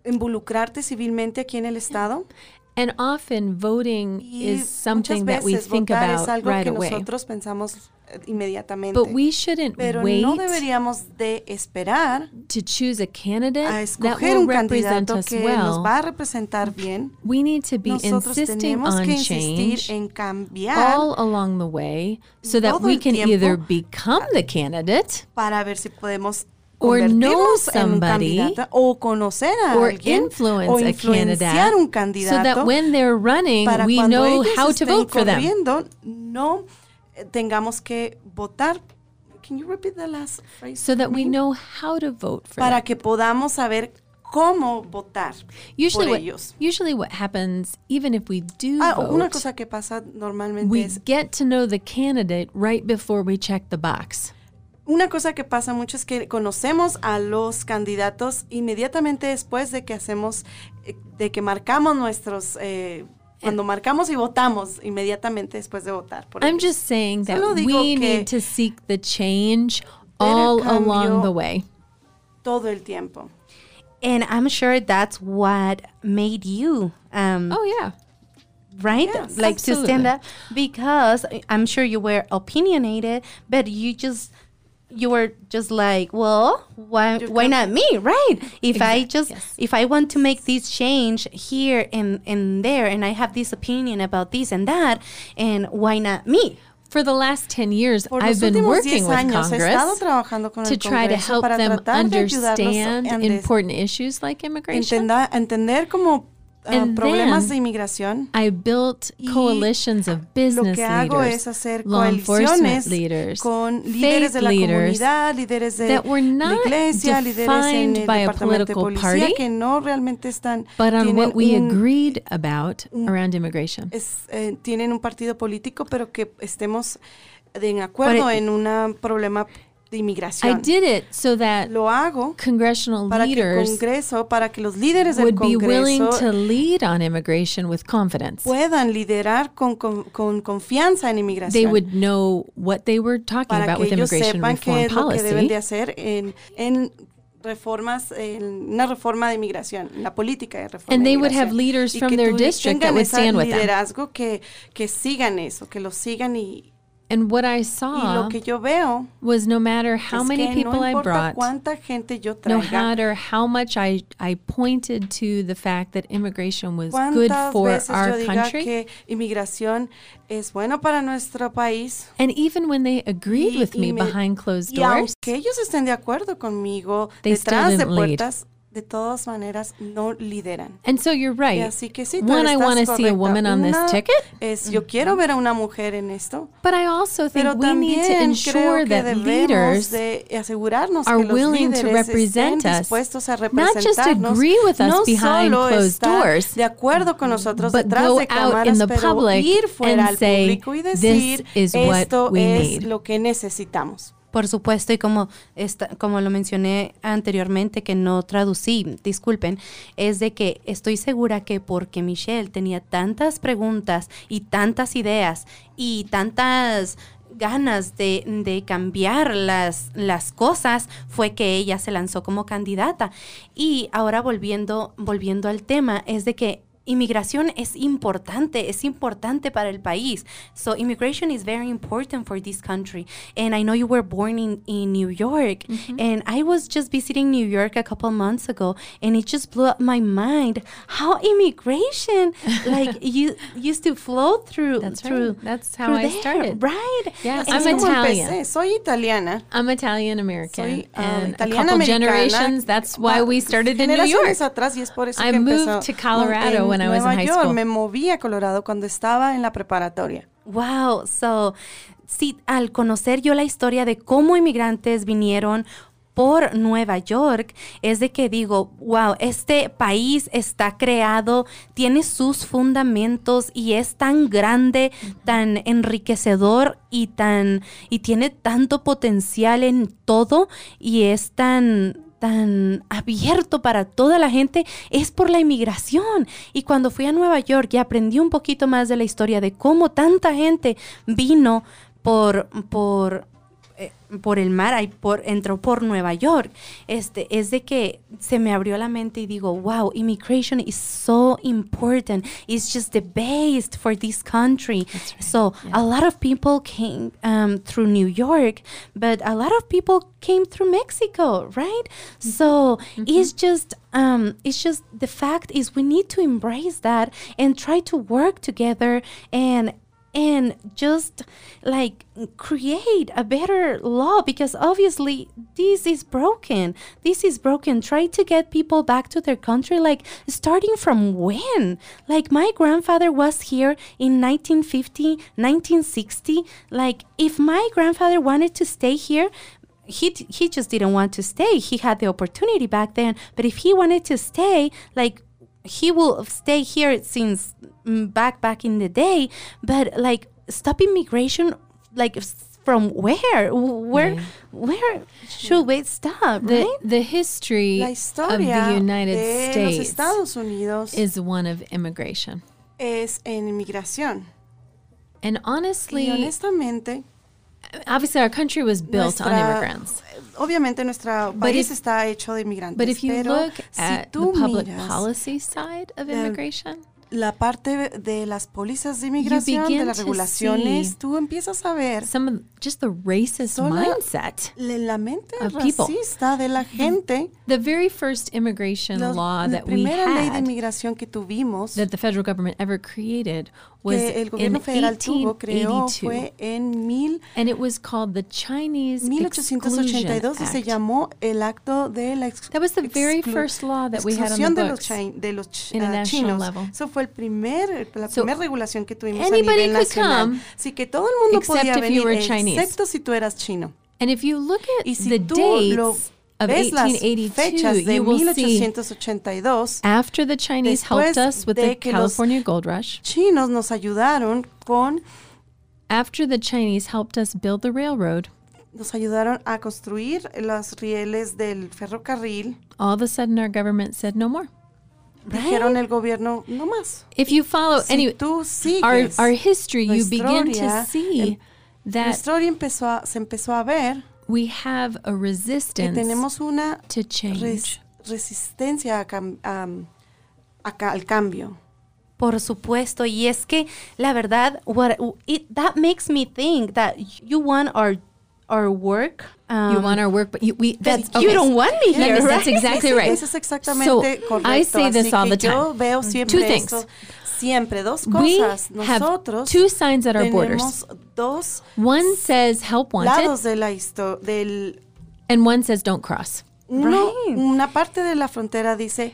[SPEAKER 3] involucrarte civilmente aquí en el Estado.
[SPEAKER 2] and often voting
[SPEAKER 3] Y
[SPEAKER 2] is something
[SPEAKER 3] muchas
[SPEAKER 2] that we
[SPEAKER 3] veces
[SPEAKER 2] think
[SPEAKER 3] votar
[SPEAKER 2] about
[SPEAKER 3] es algo
[SPEAKER 2] right
[SPEAKER 3] que
[SPEAKER 2] away.
[SPEAKER 3] nosotros pensamos eh, inmediatamente.
[SPEAKER 2] But we shouldn't
[SPEAKER 3] pero
[SPEAKER 2] wait
[SPEAKER 3] no deberíamos de esperar
[SPEAKER 2] to choose a
[SPEAKER 3] a
[SPEAKER 2] candidate that
[SPEAKER 3] escoger
[SPEAKER 2] will
[SPEAKER 3] un
[SPEAKER 2] represent
[SPEAKER 3] candidato
[SPEAKER 2] us
[SPEAKER 3] que nos va
[SPEAKER 2] well.
[SPEAKER 3] a representar bien.
[SPEAKER 2] We need to be
[SPEAKER 3] Nosotros
[SPEAKER 2] insisting
[SPEAKER 3] tenemos
[SPEAKER 2] on
[SPEAKER 3] que insistir
[SPEAKER 2] change
[SPEAKER 3] en cambiar
[SPEAKER 2] all along the way so that
[SPEAKER 3] todo
[SPEAKER 2] we
[SPEAKER 3] el
[SPEAKER 2] can
[SPEAKER 3] tiempo
[SPEAKER 2] either become the candidate
[SPEAKER 3] para ver si podemos
[SPEAKER 2] Or know
[SPEAKER 3] convertirnos en un
[SPEAKER 2] somebody,
[SPEAKER 3] candidato o conocer a
[SPEAKER 2] or
[SPEAKER 3] alguien
[SPEAKER 2] influence
[SPEAKER 3] o
[SPEAKER 2] a
[SPEAKER 3] influenciar
[SPEAKER 2] candidate
[SPEAKER 3] un
[SPEAKER 2] so that
[SPEAKER 3] candidato
[SPEAKER 2] when they're running,
[SPEAKER 3] para
[SPEAKER 2] we
[SPEAKER 3] cuando
[SPEAKER 2] know
[SPEAKER 3] ellos
[SPEAKER 2] how to
[SPEAKER 3] estén
[SPEAKER 2] vote for them.
[SPEAKER 3] corriendo no eh, tengamos que votar. Can you repeat the last phrase
[SPEAKER 2] so that
[SPEAKER 3] for
[SPEAKER 2] we
[SPEAKER 3] me?
[SPEAKER 2] know how to vote for
[SPEAKER 3] para
[SPEAKER 2] them.
[SPEAKER 3] que podamos saber cómo votar
[SPEAKER 2] Usually
[SPEAKER 3] por
[SPEAKER 2] what,
[SPEAKER 3] ellos.
[SPEAKER 2] usually what happens, even if we do
[SPEAKER 3] Ah, una
[SPEAKER 2] vote,
[SPEAKER 3] cosa que pasa normalmente
[SPEAKER 2] we
[SPEAKER 3] es
[SPEAKER 2] get to know the candidate right before we check the box.
[SPEAKER 3] Una cosa que pasa mucho es que conocemos a los candidatos inmediatamente después de que hacemos, eh, de que marcamos nuestros, eh, cuando marcamos y votamos inmediatamente después de votar. por
[SPEAKER 2] I'm
[SPEAKER 3] ellos.
[SPEAKER 2] just saying that
[SPEAKER 3] Solo digo
[SPEAKER 2] we
[SPEAKER 3] que
[SPEAKER 2] need to seek the change all
[SPEAKER 3] cambio-
[SPEAKER 2] along the way.
[SPEAKER 3] todo el tiempo.
[SPEAKER 1] And I'm sure that's what made you um,
[SPEAKER 2] Oh, yeah.
[SPEAKER 1] right?
[SPEAKER 3] Yes.
[SPEAKER 1] like to stand
[SPEAKER 2] Absolutely.
[SPEAKER 1] up because I- I'm sure you were opinionated, but you just you were just like, well, why
[SPEAKER 3] You
[SPEAKER 1] why
[SPEAKER 3] can-
[SPEAKER 1] not me, right? If I
[SPEAKER 2] Exact-
[SPEAKER 1] just
[SPEAKER 2] yes.
[SPEAKER 1] if I want to make this change here and and there, and I have this opinion about this and that, and why not me?
[SPEAKER 2] For the last 10 years,
[SPEAKER 3] Por
[SPEAKER 2] I've
[SPEAKER 3] los
[SPEAKER 2] been
[SPEAKER 3] últimos 10
[SPEAKER 2] working with
[SPEAKER 3] años he estado
[SPEAKER 2] Congress
[SPEAKER 3] trabajando con
[SPEAKER 2] to
[SPEAKER 3] el
[SPEAKER 2] try to
[SPEAKER 3] Congreso
[SPEAKER 2] help
[SPEAKER 3] para
[SPEAKER 2] them
[SPEAKER 3] tratar de
[SPEAKER 2] understand
[SPEAKER 3] ayudarnos en des-
[SPEAKER 2] important issues like immigration.
[SPEAKER 3] entenda- entender como ah,
[SPEAKER 2] And
[SPEAKER 3] problemas
[SPEAKER 2] then-
[SPEAKER 3] de inmigración.
[SPEAKER 2] I built
[SPEAKER 3] Y
[SPEAKER 2] coalitions of business
[SPEAKER 3] lo que hago
[SPEAKER 2] leaders,
[SPEAKER 3] es hacer
[SPEAKER 2] law enforcement
[SPEAKER 3] coaliciones
[SPEAKER 2] leaders,
[SPEAKER 3] con
[SPEAKER 2] faith
[SPEAKER 3] líderes de la
[SPEAKER 2] leaders
[SPEAKER 3] comunidad, líderes de
[SPEAKER 2] that were
[SPEAKER 3] la
[SPEAKER 2] not
[SPEAKER 3] iglesia, líderes en
[SPEAKER 2] defined
[SPEAKER 3] el
[SPEAKER 2] by a
[SPEAKER 3] departamento de
[SPEAKER 2] political
[SPEAKER 3] policía
[SPEAKER 2] party,
[SPEAKER 3] que no realmente están
[SPEAKER 2] but on
[SPEAKER 3] tienen
[SPEAKER 2] what we
[SPEAKER 3] un,
[SPEAKER 2] agreed about around immigration.
[SPEAKER 3] es, eh, tienen un partido político, pero que estemos de en acuerdo
[SPEAKER 1] it-
[SPEAKER 3] en un problema de
[SPEAKER 2] I
[SPEAKER 3] inmigración.
[SPEAKER 2] did it so that
[SPEAKER 3] Lo hago
[SPEAKER 2] congressional
[SPEAKER 3] para que el
[SPEAKER 2] leaders
[SPEAKER 3] Congreso, para que los líderes del
[SPEAKER 2] would be willing to
[SPEAKER 3] Congreso
[SPEAKER 2] lead on immigration with confidence.
[SPEAKER 3] puedan liderar con, con- con confianza en
[SPEAKER 2] They
[SPEAKER 3] inmigración.
[SPEAKER 2] would know what they were talking
[SPEAKER 3] para
[SPEAKER 2] about
[SPEAKER 3] que
[SPEAKER 2] with
[SPEAKER 3] ellos
[SPEAKER 2] immigration
[SPEAKER 3] sepan qué
[SPEAKER 2] reform
[SPEAKER 3] es lo que deben de
[SPEAKER 2] policy.
[SPEAKER 3] hacer en, en reformas, en una reforma de inmigración, en la política de reforma.
[SPEAKER 2] And
[SPEAKER 3] de
[SPEAKER 2] they would have
[SPEAKER 3] inmigración.
[SPEAKER 2] leaders
[SPEAKER 3] Y
[SPEAKER 2] from
[SPEAKER 3] que
[SPEAKER 2] their
[SPEAKER 3] tuvi-
[SPEAKER 2] district that
[SPEAKER 3] tengan
[SPEAKER 2] would
[SPEAKER 3] esa
[SPEAKER 2] stand with them.
[SPEAKER 3] liderazgo que, que sigan eso, que lo sigan y,
[SPEAKER 2] And what I
[SPEAKER 3] y
[SPEAKER 2] saw
[SPEAKER 3] lo que yo veo
[SPEAKER 2] was no matter Ah. how
[SPEAKER 3] es
[SPEAKER 2] many
[SPEAKER 3] que
[SPEAKER 2] people
[SPEAKER 3] no
[SPEAKER 2] I
[SPEAKER 3] importa
[SPEAKER 2] brought,
[SPEAKER 3] cuánta gente yo
[SPEAKER 2] no
[SPEAKER 3] traiga,
[SPEAKER 2] matter how much I, I pointed to the fact that immigration was good
[SPEAKER 3] cuántas
[SPEAKER 2] for
[SPEAKER 3] veces yo
[SPEAKER 2] our
[SPEAKER 3] diga
[SPEAKER 2] country.
[SPEAKER 3] que inmigración es bueno para nuestro país,
[SPEAKER 2] And even when they agreed
[SPEAKER 3] Y-
[SPEAKER 2] with
[SPEAKER 3] y
[SPEAKER 2] me
[SPEAKER 3] me-
[SPEAKER 2] behind closed
[SPEAKER 3] Y
[SPEAKER 2] doors,
[SPEAKER 3] aunque ellos estén de acuerdo conmigo,
[SPEAKER 2] They still
[SPEAKER 3] detrás de
[SPEAKER 2] didn't lead.
[SPEAKER 3] puertas, de todas maneras no lideran.
[SPEAKER 2] and so you're right.
[SPEAKER 3] Y así que sí, tú
[SPEAKER 2] One, I
[SPEAKER 3] estás
[SPEAKER 2] want to see a
[SPEAKER 3] correcta.
[SPEAKER 2] woman on
[SPEAKER 3] Una
[SPEAKER 2] this ticket, mm-hmm.
[SPEAKER 3] es, yo quiero ver a una mujer en esto,
[SPEAKER 2] but I also
[SPEAKER 3] pero
[SPEAKER 2] think we need to
[SPEAKER 3] también creo
[SPEAKER 2] ensure
[SPEAKER 3] que
[SPEAKER 2] that
[SPEAKER 3] debemos
[SPEAKER 2] leaders
[SPEAKER 3] de asegurarnos
[SPEAKER 2] are
[SPEAKER 3] que los
[SPEAKER 2] willing to
[SPEAKER 3] líderes estén
[SPEAKER 2] represent us,
[SPEAKER 3] dispuestos a
[SPEAKER 2] not just
[SPEAKER 3] representarnos,
[SPEAKER 2] agree with us
[SPEAKER 3] no
[SPEAKER 2] behind
[SPEAKER 3] solo
[SPEAKER 2] closed
[SPEAKER 3] estar
[SPEAKER 2] doors,
[SPEAKER 3] de acuerdo con nosotros
[SPEAKER 2] but
[SPEAKER 3] detrás
[SPEAKER 2] go
[SPEAKER 3] de
[SPEAKER 2] out in
[SPEAKER 3] cámaras,
[SPEAKER 2] the
[SPEAKER 3] pero
[SPEAKER 2] public
[SPEAKER 3] ir fuera
[SPEAKER 2] and
[SPEAKER 3] al
[SPEAKER 2] say,
[SPEAKER 3] público y
[SPEAKER 2] "This
[SPEAKER 3] decir,
[SPEAKER 2] is what
[SPEAKER 3] esto
[SPEAKER 2] we
[SPEAKER 3] es
[SPEAKER 2] need".
[SPEAKER 3] lo que necesitamos.
[SPEAKER 1] Por supuesto, y como, esta- como lo mencioné anteriormente, que no traducí, disculpen, es de que estoy segura que porque Michelle tenía tantas preguntas y tantas ideas y tantas ganas de, de cambiar las, las cosas, fue que ella se lanzó como candidata. Y ahora volviendo, volviendo al tema, es de que Inmigración es importante, es importante para el país. So immigration is very important for this country. And I know you were born in, in New York.
[SPEAKER 2] Mm-hmm.
[SPEAKER 1] And I was just visiting New York a couple months ago and it just blew up my mind how immigration like you used to flow through
[SPEAKER 2] That's right.
[SPEAKER 1] through
[SPEAKER 2] That's how
[SPEAKER 1] through
[SPEAKER 2] I
[SPEAKER 1] there,
[SPEAKER 2] started.
[SPEAKER 1] Right.
[SPEAKER 2] Yeah,
[SPEAKER 1] And
[SPEAKER 2] I'm
[SPEAKER 3] Así como
[SPEAKER 2] Italian.
[SPEAKER 3] empecé, soy italiana.
[SPEAKER 2] I'm Italian American,
[SPEAKER 3] Soy, ah,
[SPEAKER 2] and a
[SPEAKER 3] italiana
[SPEAKER 2] couple
[SPEAKER 3] americana.
[SPEAKER 2] generations. That's why
[SPEAKER 3] Va-
[SPEAKER 2] we started in New York.
[SPEAKER 3] generaciones atrás y es por eso
[SPEAKER 2] I
[SPEAKER 3] que empezó
[SPEAKER 2] moved to Colorado
[SPEAKER 3] en
[SPEAKER 2] when I was
[SPEAKER 3] Nueva
[SPEAKER 2] in high
[SPEAKER 3] York,
[SPEAKER 2] school.
[SPEAKER 3] me moví a Colorado cuando estaba en la preparatoria.
[SPEAKER 1] Wow, so sí, al conocer yo la historia de cómo inmigrantes vinieron por Nueva York, es de que digo, wow, este país está creado, tiene sus fundamentos y es tan grande, tan enriquecedor y tan y tiene tanto potencial en todo y es tan tan abierto para toda la gente es por la inmigración. Y cuando fui a Nueva York y aprendí un poquito más de la historia de cómo tanta gente vino por, por, eh, por el mar, ahí por, entró por Nueva York, este, es de que se me abrió la mente y digo, wow, immigration is so important. It's just the base for this country. So a lot of people came um, through New York, but a lot of people came through Mexico, right? So it's just um, it's just the fact is we need to embrace that and try to work together and and just like create a better law because obviously this is broken this is broken try to get people back to their country like starting from when like my grandfather was here in 1950 1960 like if my grandfather wanted to stay here he, d- he just didn't want to stay he had the opportunity back then but if he wanted to stay like he will stay here since mm, back back in the day but like stop immigration like s- from where W- where where should we stop
[SPEAKER 2] The,
[SPEAKER 1] right
[SPEAKER 2] the history
[SPEAKER 3] La historia
[SPEAKER 2] of the United
[SPEAKER 3] de
[SPEAKER 2] States
[SPEAKER 3] los Estados Unidos
[SPEAKER 2] is one of immigration.
[SPEAKER 3] es en inmigración.
[SPEAKER 2] And honestly,
[SPEAKER 3] Y honestamente,
[SPEAKER 2] obviously, our country was built on
[SPEAKER 3] nuestra-
[SPEAKER 2] immigrants.
[SPEAKER 3] Obviamente nuestro país
[SPEAKER 2] if-
[SPEAKER 3] está hecho de inmigrantes,
[SPEAKER 2] But if you
[SPEAKER 3] pero
[SPEAKER 2] look
[SPEAKER 3] si
[SPEAKER 2] at the
[SPEAKER 3] tú
[SPEAKER 2] public
[SPEAKER 3] miras
[SPEAKER 2] policy side of immigration,
[SPEAKER 3] la parte de las pólizas de inmigración, de
[SPEAKER 2] begin
[SPEAKER 3] las
[SPEAKER 2] to see
[SPEAKER 3] regulaciones, tú empiezas a ver
[SPEAKER 2] some of just the racist
[SPEAKER 3] Sola-
[SPEAKER 2] mindset.
[SPEAKER 3] la la mente
[SPEAKER 2] Of people.
[SPEAKER 3] racista de la gente.
[SPEAKER 2] The very first immigration
[SPEAKER 3] Los-
[SPEAKER 2] law
[SPEAKER 3] la
[SPEAKER 2] that we
[SPEAKER 3] primera ley de
[SPEAKER 2] had
[SPEAKER 3] inmigración que tuvimos,
[SPEAKER 2] that the federal government ever created was
[SPEAKER 3] que el
[SPEAKER 2] in
[SPEAKER 3] gobierno federal tuvo, creó,
[SPEAKER 2] 1882,
[SPEAKER 3] fue en mil-
[SPEAKER 2] and it was called the Chinese Exclusion
[SPEAKER 3] 1882 y se
[SPEAKER 2] Act.
[SPEAKER 3] llamó el acto de la ex-
[SPEAKER 2] That was the very
[SPEAKER 3] exclu-
[SPEAKER 2] first law that we had on the
[SPEAKER 3] exclusión de los,
[SPEAKER 2] books
[SPEAKER 3] chi- de los ch-
[SPEAKER 2] in a
[SPEAKER 3] ah,
[SPEAKER 2] national
[SPEAKER 3] chinos.
[SPEAKER 2] level.
[SPEAKER 3] Eso fue el primer, la
[SPEAKER 2] So,
[SPEAKER 3] primera regulación que tuvimos a
[SPEAKER 2] anybody
[SPEAKER 3] nivel
[SPEAKER 2] could
[SPEAKER 3] nacional.
[SPEAKER 2] come,
[SPEAKER 3] Así que todo el mundo
[SPEAKER 2] except
[SPEAKER 3] podía
[SPEAKER 2] if you
[SPEAKER 3] venir,
[SPEAKER 2] were Chinese.
[SPEAKER 3] excepto si tú eras chino.
[SPEAKER 2] And if you look at
[SPEAKER 3] Y si
[SPEAKER 2] the
[SPEAKER 3] tú
[SPEAKER 2] dates
[SPEAKER 3] lo
[SPEAKER 2] of
[SPEAKER 3] ves las
[SPEAKER 2] 1882,
[SPEAKER 3] fechas de
[SPEAKER 2] you will see
[SPEAKER 3] 1882,
[SPEAKER 2] after the Chinese helped
[SPEAKER 3] Después
[SPEAKER 2] us with
[SPEAKER 3] de
[SPEAKER 2] the
[SPEAKER 3] que los-
[SPEAKER 2] California gold rush,
[SPEAKER 3] chinos nos ayudaron con,
[SPEAKER 2] after the Chinese helped us build the railroad,
[SPEAKER 3] nos ayudaron a construir los rieles del ferrocarril.
[SPEAKER 2] all of a sudden our government said no more.
[SPEAKER 3] Dijeron el gobierno, no más.
[SPEAKER 2] If you follow
[SPEAKER 3] Si
[SPEAKER 2] any
[SPEAKER 3] tú
[SPEAKER 2] Oh, our,
[SPEAKER 3] sigues,
[SPEAKER 2] our history, you
[SPEAKER 3] nuestra
[SPEAKER 2] begin to
[SPEAKER 3] historia,
[SPEAKER 2] see
[SPEAKER 3] el-
[SPEAKER 2] that
[SPEAKER 3] nuestra historia empezó a- se empezó a ver
[SPEAKER 2] we have a
[SPEAKER 3] que
[SPEAKER 2] resistance
[SPEAKER 3] tenemos una
[SPEAKER 2] to change.
[SPEAKER 3] res- resistencia a cam- am- a ca- al cambio.
[SPEAKER 1] Por supuesto, y es que la verdad, what it that makes me think that you want our our work.
[SPEAKER 2] you
[SPEAKER 1] um,
[SPEAKER 2] want our work, but you, we that's
[SPEAKER 1] you
[SPEAKER 2] okay.
[SPEAKER 1] don't want me
[SPEAKER 2] That
[SPEAKER 1] here,
[SPEAKER 2] is- That's
[SPEAKER 1] right?
[SPEAKER 2] exactly
[SPEAKER 3] Ese-
[SPEAKER 2] right.
[SPEAKER 3] Eso es exactamente
[SPEAKER 2] so
[SPEAKER 3] correcto.
[SPEAKER 2] I say
[SPEAKER 3] Así
[SPEAKER 2] this all
[SPEAKER 3] que
[SPEAKER 2] the time. Mm.
[SPEAKER 3] Yo veo siempre
[SPEAKER 2] Two things.
[SPEAKER 3] esto, siempre dos
[SPEAKER 2] We
[SPEAKER 3] cosas.
[SPEAKER 2] have
[SPEAKER 3] Nosotros
[SPEAKER 2] two signs at our borders.
[SPEAKER 3] tenemos dos
[SPEAKER 2] One says help wanted,
[SPEAKER 3] lados de la histo- del
[SPEAKER 2] and one says don't cross.
[SPEAKER 3] uno-
[SPEAKER 1] Right.
[SPEAKER 3] una parte de la frontera dice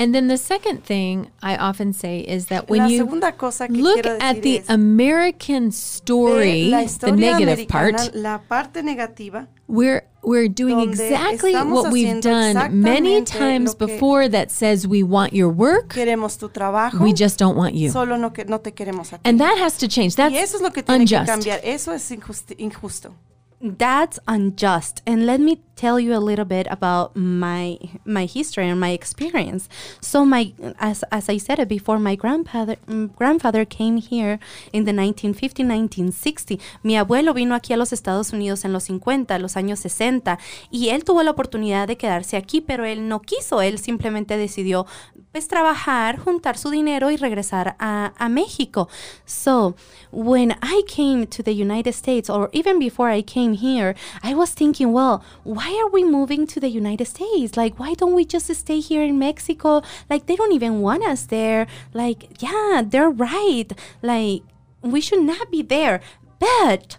[SPEAKER 2] And then the second thing I often say is that when
[SPEAKER 3] la
[SPEAKER 2] you
[SPEAKER 3] segunda cosa que
[SPEAKER 2] look
[SPEAKER 3] quiero decir
[SPEAKER 2] at the
[SPEAKER 3] es ve
[SPEAKER 2] American story,
[SPEAKER 3] la
[SPEAKER 2] the
[SPEAKER 3] historia
[SPEAKER 2] negative
[SPEAKER 3] americana,
[SPEAKER 2] part,
[SPEAKER 3] la parte negativa
[SPEAKER 2] we're we're doing
[SPEAKER 3] Donde
[SPEAKER 2] exactly
[SPEAKER 3] estamos
[SPEAKER 2] what we've
[SPEAKER 3] haciendo
[SPEAKER 2] done many
[SPEAKER 3] exactamente
[SPEAKER 2] times
[SPEAKER 3] lo que-
[SPEAKER 2] before that says we want your work,
[SPEAKER 3] queremos tu trabajo
[SPEAKER 2] we just don't want you.
[SPEAKER 3] solo no que no te queremos a ti
[SPEAKER 2] And that has to change. That's
[SPEAKER 3] y eso es lo que tiene que
[SPEAKER 2] unjust.
[SPEAKER 3] cambiar eso es injusti- injusto
[SPEAKER 1] that's unjust and let me tell you a little bit about my my history and my experience so my as, as i said it before my grandfather mm, grandfather came here in the 1950 1960 mi abuelo vino aquí a los Estados Unidos en los 50 los años 60 y él tuvo la oportunidad de quedarse aquí pero él no quiso él simplemente decidió pues trabajar juntar su dinero y regresar a, a México so when I came to the United States, or even before I came here, I was thinking, well, why are we moving to the United States? Like, why don't we just stay here in Mexico? Like, they don't even want us there. Like, yeah, they're right. Like, we should not be there. But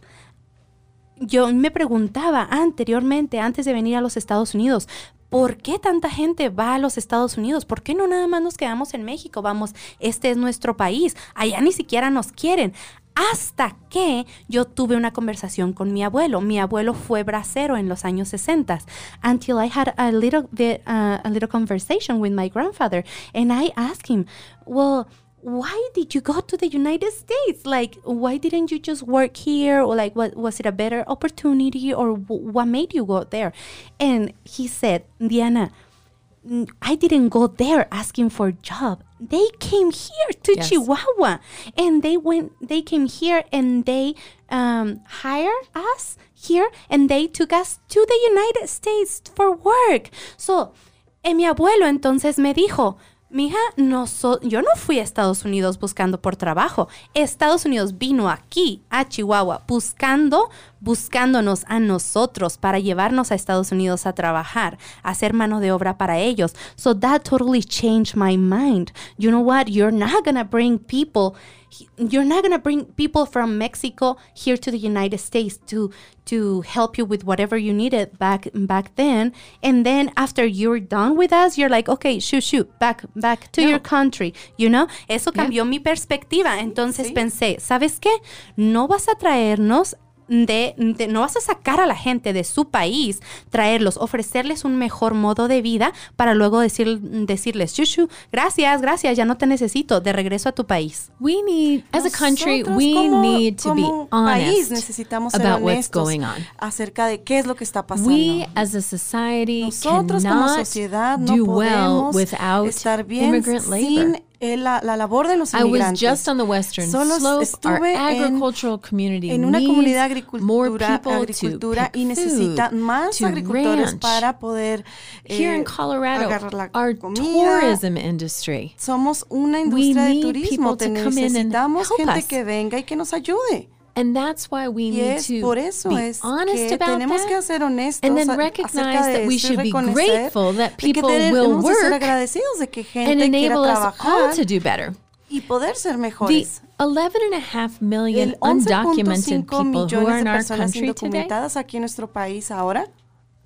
[SPEAKER 1] yo me preguntaba anteriormente, antes de venir a los Estados Unidos, ¿por qué tanta gente va a los Estados Unidos? ¿Por qué no nada más nos quedamos en México? Vamos, este es nuestro país, allá ni siquiera nos quieren. Hasta que yo tuve una conversación con mi abuelo. Mi abuelo fue bracero en los años 60. Until I had a little bit, uh, a little conversation with my grandfather, and I asked him, "Well, why did you go to the United States? Like, why didn't you just work here? Or like, what was it a better opportunity? Or w- what made you go there?" And he said, "Diana." n- I didn't go there asking for a job. They came here to
[SPEAKER 2] Yes.
[SPEAKER 1] Chihuahua, and they went. They came here and they um, hired us here, and they took us to the United States for work. So, eh, mi abuelo entonces me dijo. Mija, no so- yo no fui a Estados Unidos buscando por trabajo. Estados Unidos vino aquí, a Chihuahua, buscando, buscándonos a nosotros para llevarnos a Estados Unidos a trabajar, a hacer mano de obra para ellos. So that totally changed my mind. You know what? You're not gonna bring people. You're not gonna bring people from Mexico here to the United States to to help you with whatever you needed back back then. And then after you're done with us, you're like, okay, shoot, shoot, back back to
[SPEAKER 2] No.
[SPEAKER 1] your country. You know, eso cambió mi perspectiva. Entonces pensé, ¿sabes qué? No vas a traernos de, de- no vas a sacar a la gente de su país, traerlos, ofrecerles un mejor modo de vida para luego decir, decirles, Shushu, gracias, gracias, ya no te necesito, de regreso a tu país.
[SPEAKER 2] We need, as a country,
[SPEAKER 3] Nosotros
[SPEAKER 2] we
[SPEAKER 3] como-
[SPEAKER 2] need to be
[SPEAKER 3] como país
[SPEAKER 2] honest
[SPEAKER 3] necesitamos ser
[SPEAKER 2] about what's
[SPEAKER 3] honestos
[SPEAKER 2] going on.
[SPEAKER 3] acerca de qué es lo que está pasando.
[SPEAKER 2] We as a society
[SPEAKER 3] Nosotros como
[SPEAKER 2] cannot
[SPEAKER 3] sociedad no
[SPEAKER 2] do
[SPEAKER 3] podemos
[SPEAKER 2] well without
[SPEAKER 3] estar bien
[SPEAKER 2] immigrant labor.
[SPEAKER 3] sin eh, la, la labor de los
[SPEAKER 2] I was
[SPEAKER 3] inmigrantes.
[SPEAKER 2] just on the western
[SPEAKER 3] Solo
[SPEAKER 2] slope. Our
[SPEAKER 3] estuve en,
[SPEAKER 2] agricultural community
[SPEAKER 3] en una
[SPEAKER 2] needs
[SPEAKER 3] comunidad
[SPEAKER 2] more
[SPEAKER 3] agricultura,
[SPEAKER 2] people to
[SPEAKER 3] agricultura
[SPEAKER 2] pick
[SPEAKER 3] y necesita
[SPEAKER 2] food,
[SPEAKER 3] más
[SPEAKER 2] to
[SPEAKER 3] agricultores
[SPEAKER 2] ranch.
[SPEAKER 3] para poder
[SPEAKER 2] Here
[SPEAKER 3] eh,
[SPEAKER 2] in Colorado,
[SPEAKER 3] agarrar la
[SPEAKER 2] our
[SPEAKER 3] comida.
[SPEAKER 2] tourism industry.
[SPEAKER 3] Somos una industria de
[SPEAKER 2] need
[SPEAKER 3] turismo,
[SPEAKER 2] people
[SPEAKER 3] te
[SPEAKER 2] to come in and
[SPEAKER 3] necesitamos
[SPEAKER 2] help
[SPEAKER 3] gente
[SPEAKER 2] us.
[SPEAKER 3] que venga y que nos ayude.
[SPEAKER 2] And that's why we
[SPEAKER 3] Y
[SPEAKER 2] need
[SPEAKER 3] es
[SPEAKER 2] to
[SPEAKER 3] por eso
[SPEAKER 2] be
[SPEAKER 3] es
[SPEAKER 2] honest
[SPEAKER 3] que
[SPEAKER 2] about
[SPEAKER 3] tenemos que
[SPEAKER 2] that
[SPEAKER 3] ser honestos
[SPEAKER 2] and then
[SPEAKER 3] a-
[SPEAKER 2] recognize
[SPEAKER 3] acerca de
[SPEAKER 2] that we
[SPEAKER 3] esto y
[SPEAKER 2] should be
[SPEAKER 3] reconocer
[SPEAKER 2] grateful that
[SPEAKER 3] de que
[SPEAKER 2] people
[SPEAKER 3] tenemos
[SPEAKER 2] will
[SPEAKER 3] que ser
[SPEAKER 2] work
[SPEAKER 3] agradecidos de que gente
[SPEAKER 2] and
[SPEAKER 3] quiera
[SPEAKER 2] enable us all
[SPEAKER 3] trabajar
[SPEAKER 2] to do better.
[SPEAKER 3] y poder ser
[SPEAKER 2] The
[SPEAKER 3] mejores.
[SPEAKER 2] 11.5 million
[SPEAKER 3] El
[SPEAKER 2] undocumented
[SPEAKER 3] 11.5
[SPEAKER 2] people who are
[SPEAKER 3] millones
[SPEAKER 2] in
[SPEAKER 3] de
[SPEAKER 2] our
[SPEAKER 3] personas
[SPEAKER 2] country today,
[SPEAKER 3] indocumentadas aquí en nuestro país ahora,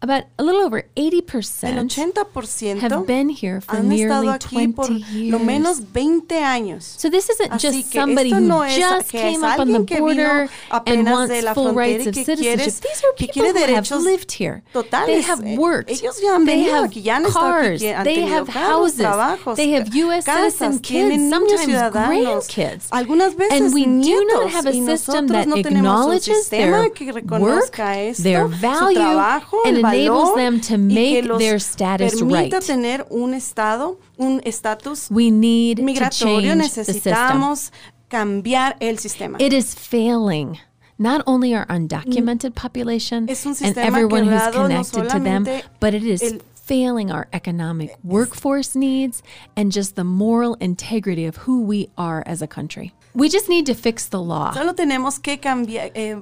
[SPEAKER 2] about a little over
[SPEAKER 3] el
[SPEAKER 2] 80% have
[SPEAKER 3] 80%
[SPEAKER 2] been here for
[SPEAKER 3] han estado
[SPEAKER 2] nearly
[SPEAKER 3] aquí por
[SPEAKER 2] 20
[SPEAKER 3] lo
[SPEAKER 2] years.
[SPEAKER 3] menos 20 años.
[SPEAKER 2] So this isn't
[SPEAKER 3] Así
[SPEAKER 2] just
[SPEAKER 3] que
[SPEAKER 2] somebody
[SPEAKER 3] esto
[SPEAKER 2] who
[SPEAKER 3] no es
[SPEAKER 2] just
[SPEAKER 3] que
[SPEAKER 2] came
[SPEAKER 3] es
[SPEAKER 2] up on the
[SPEAKER 3] alguien que vino
[SPEAKER 2] border and
[SPEAKER 3] apenas
[SPEAKER 2] wants
[SPEAKER 3] de la
[SPEAKER 2] full
[SPEAKER 3] frontera
[SPEAKER 2] rights
[SPEAKER 3] y
[SPEAKER 2] of
[SPEAKER 3] que
[SPEAKER 2] citizenship.
[SPEAKER 3] quiere-
[SPEAKER 2] These are
[SPEAKER 3] que
[SPEAKER 2] people
[SPEAKER 3] quiere
[SPEAKER 2] who have
[SPEAKER 3] derechos
[SPEAKER 2] lived here. They
[SPEAKER 3] totales,
[SPEAKER 2] have
[SPEAKER 3] eh,
[SPEAKER 2] worked.
[SPEAKER 3] ellos ya han
[SPEAKER 2] they
[SPEAKER 3] venido
[SPEAKER 2] have
[SPEAKER 3] aquí, ya han estado aquí,
[SPEAKER 2] cars.
[SPEAKER 3] ya han
[SPEAKER 2] they
[SPEAKER 3] tenido
[SPEAKER 2] have
[SPEAKER 3] carros,
[SPEAKER 2] houses.
[SPEAKER 3] trabajos,
[SPEAKER 2] they have U.S.
[SPEAKER 3] casas,
[SPEAKER 2] citizen
[SPEAKER 3] tienen
[SPEAKER 2] kids,
[SPEAKER 3] niños
[SPEAKER 2] sometimes
[SPEAKER 3] ciudadanos,
[SPEAKER 2] grandkids.
[SPEAKER 3] algunas veces
[SPEAKER 2] and we do not
[SPEAKER 3] nietos,
[SPEAKER 2] have a
[SPEAKER 3] y
[SPEAKER 2] system
[SPEAKER 3] nosotros
[SPEAKER 2] that
[SPEAKER 3] no tenemos un
[SPEAKER 2] acknowledges their
[SPEAKER 3] sistema que
[SPEAKER 2] work,
[SPEAKER 3] reconozca esto,
[SPEAKER 2] their
[SPEAKER 3] su
[SPEAKER 2] value,
[SPEAKER 3] trabajo,
[SPEAKER 2] and
[SPEAKER 3] el
[SPEAKER 2] enables
[SPEAKER 3] valor,
[SPEAKER 2] them to
[SPEAKER 3] y que
[SPEAKER 2] make
[SPEAKER 3] los
[SPEAKER 2] their status
[SPEAKER 3] permita
[SPEAKER 2] right.
[SPEAKER 3] tener un estado, un estatus
[SPEAKER 2] We need to
[SPEAKER 3] migratorio
[SPEAKER 2] change the system.
[SPEAKER 3] necesitamos cambiar el sistema.
[SPEAKER 2] It is failing. Not only our undocumented population
[SPEAKER 3] Mm. Es un
[SPEAKER 2] and
[SPEAKER 3] sistema
[SPEAKER 2] everyone who's
[SPEAKER 3] quebrado, no
[SPEAKER 2] connected to them,
[SPEAKER 3] solamente
[SPEAKER 2] but it is
[SPEAKER 3] el-
[SPEAKER 2] failing our economic workforce needs and just the moral integrity of who we are as a country. We just need to fix the law.
[SPEAKER 3] Solo tenemos que cambiar, eh,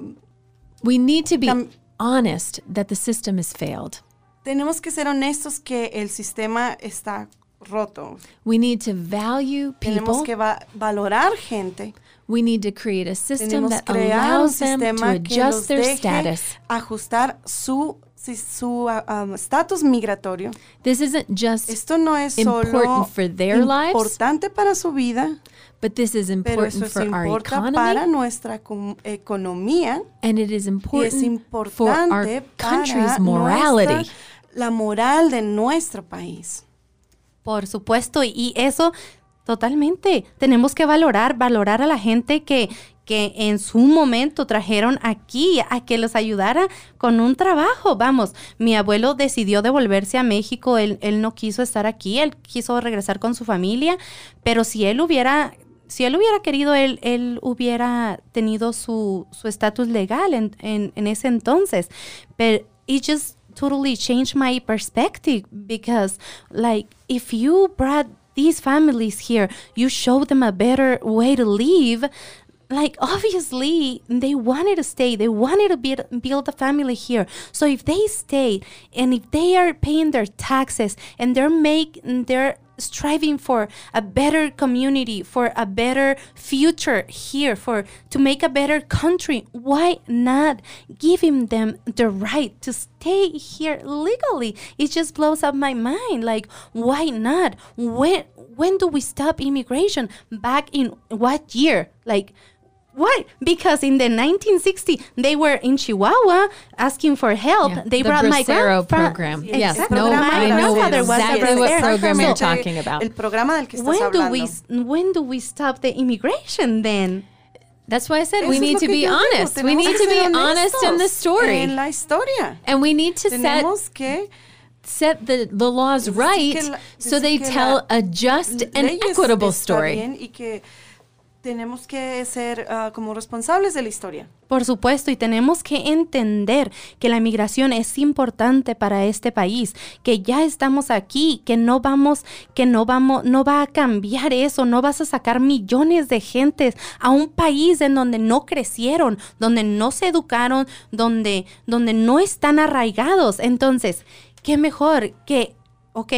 [SPEAKER 2] We need to be
[SPEAKER 3] Cam-
[SPEAKER 2] honest that the system has failed.
[SPEAKER 3] tenemos que ser honestos que el sistema está roto.
[SPEAKER 2] We need to value
[SPEAKER 3] Tenemos
[SPEAKER 2] people.
[SPEAKER 3] que va- valorar gente.
[SPEAKER 2] We need to create a system
[SPEAKER 3] Tenemos
[SPEAKER 2] that
[SPEAKER 3] que crear un
[SPEAKER 2] allows them to
[SPEAKER 3] sistema que los
[SPEAKER 2] adjust their
[SPEAKER 3] deje
[SPEAKER 2] status.
[SPEAKER 3] ajustar su si- su ah, ah, estatus migratorio.
[SPEAKER 2] This isn't just
[SPEAKER 3] Esto no es solo
[SPEAKER 2] Important for their lives,
[SPEAKER 3] importante para su vida,
[SPEAKER 2] But this is
[SPEAKER 3] pero
[SPEAKER 2] important
[SPEAKER 3] eso es
[SPEAKER 2] for our
[SPEAKER 3] importa
[SPEAKER 2] economy,
[SPEAKER 3] para nuestra com- economía.
[SPEAKER 2] and it is
[SPEAKER 3] y es
[SPEAKER 2] important for our
[SPEAKER 3] importante
[SPEAKER 2] country's
[SPEAKER 3] para
[SPEAKER 2] morality.
[SPEAKER 3] nuestra- la moral de nuestro país.
[SPEAKER 1] Por supuesto, y eso totalmente. Tenemos que valorar, valorar a la gente que, que en su momento trajeron aquí a que los ayudara con un trabajo. Vamos, mi abuelo decidió devolverse a México, él, él no quiso estar aquí, él quiso regresar con su familia, pero si él hubiera... Si él hubiera querido, él, él hubiera tenido su su estatus legal en, en, en ese entonces. Pero it just totally changed my perspective because like if you brought these families here you showed them a better way to live like obviously they wanted to stay they wanted to build, build a family here so if they stay and if they are paying their taxes and they're make they're striving for a better community, for a better future here, for to make a better country. Why not giving them the right to stay here legally? It just blows up my mind. Like, why not? When when do we stop immigration? Back in what year? Like why? Because in the 1960, they were in Chihuahua asking for help.
[SPEAKER 2] Yeah,
[SPEAKER 1] They
[SPEAKER 2] the
[SPEAKER 1] brought my
[SPEAKER 2] Bracero
[SPEAKER 1] grandpa-
[SPEAKER 2] program. Yes,
[SPEAKER 1] Exactly.
[SPEAKER 3] no,
[SPEAKER 1] my
[SPEAKER 3] I know
[SPEAKER 1] grandfather was a
[SPEAKER 3] exactly what
[SPEAKER 1] Bracero.
[SPEAKER 2] program
[SPEAKER 1] So
[SPEAKER 2] you're talking about.
[SPEAKER 3] El programa del que estás
[SPEAKER 1] when do
[SPEAKER 3] hablando.
[SPEAKER 1] we s- when do we stop the immigration then?
[SPEAKER 2] That's why I said
[SPEAKER 3] Eso
[SPEAKER 2] we
[SPEAKER 3] es
[SPEAKER 2] need
[SPEAKER 3] lo
[SPEAKER 2] to
[SPEAKER 3] que
[SPEAKER 2] be
[SPEAKER 3] yo digo,
[SPEAKER 2] honest. We
[SPEAKER 3] tenemos
[SPEAKER 2] need
[SPEAKER 3] que
[SPEAKER 2] to be
[SPEAKER 3] ser
[SPEAKER 2] honest in the
[SPEAKER 3] honestos
[SPEAKER 2] story.
[SPEAKER 3] En la historia.
[SPEAKER 2] and we need to set
[SPEAKER 3] Tenemos que
[SPEAKER 2] set the, the laws
[SPEAKER 3] Decir
[SPEAKER 2] right
[SPEAKER 3] que la-
[SPEAKER 2] so
[SPEAKER 3] decir
[SPEAKER 2] they
[SPEAKER 3] que
[SPEAKER 2] tell
[SPEAKER 3] la
[SPEAKER 2] a just and
[SPEAKER 3] leyes
[SPEAKER 2] equitable
[SPEAKER 3] está
[SPEAKER 2] story.
[SPEAKER 3] bien y que tenemos que ser ah, como responsables de la historia.
[SPEAKER 1] Por supuesto, y tenemos que entender que la migración es importante para este país, que ya estamos aquí, que no vamos, que no vamos, no va a cambiar eso, no vas a sacar millones de gentes a un país en donde no crecieron, donde no se educaron, donde, donde no están arraigados. Entonces, qué mejor que, ok,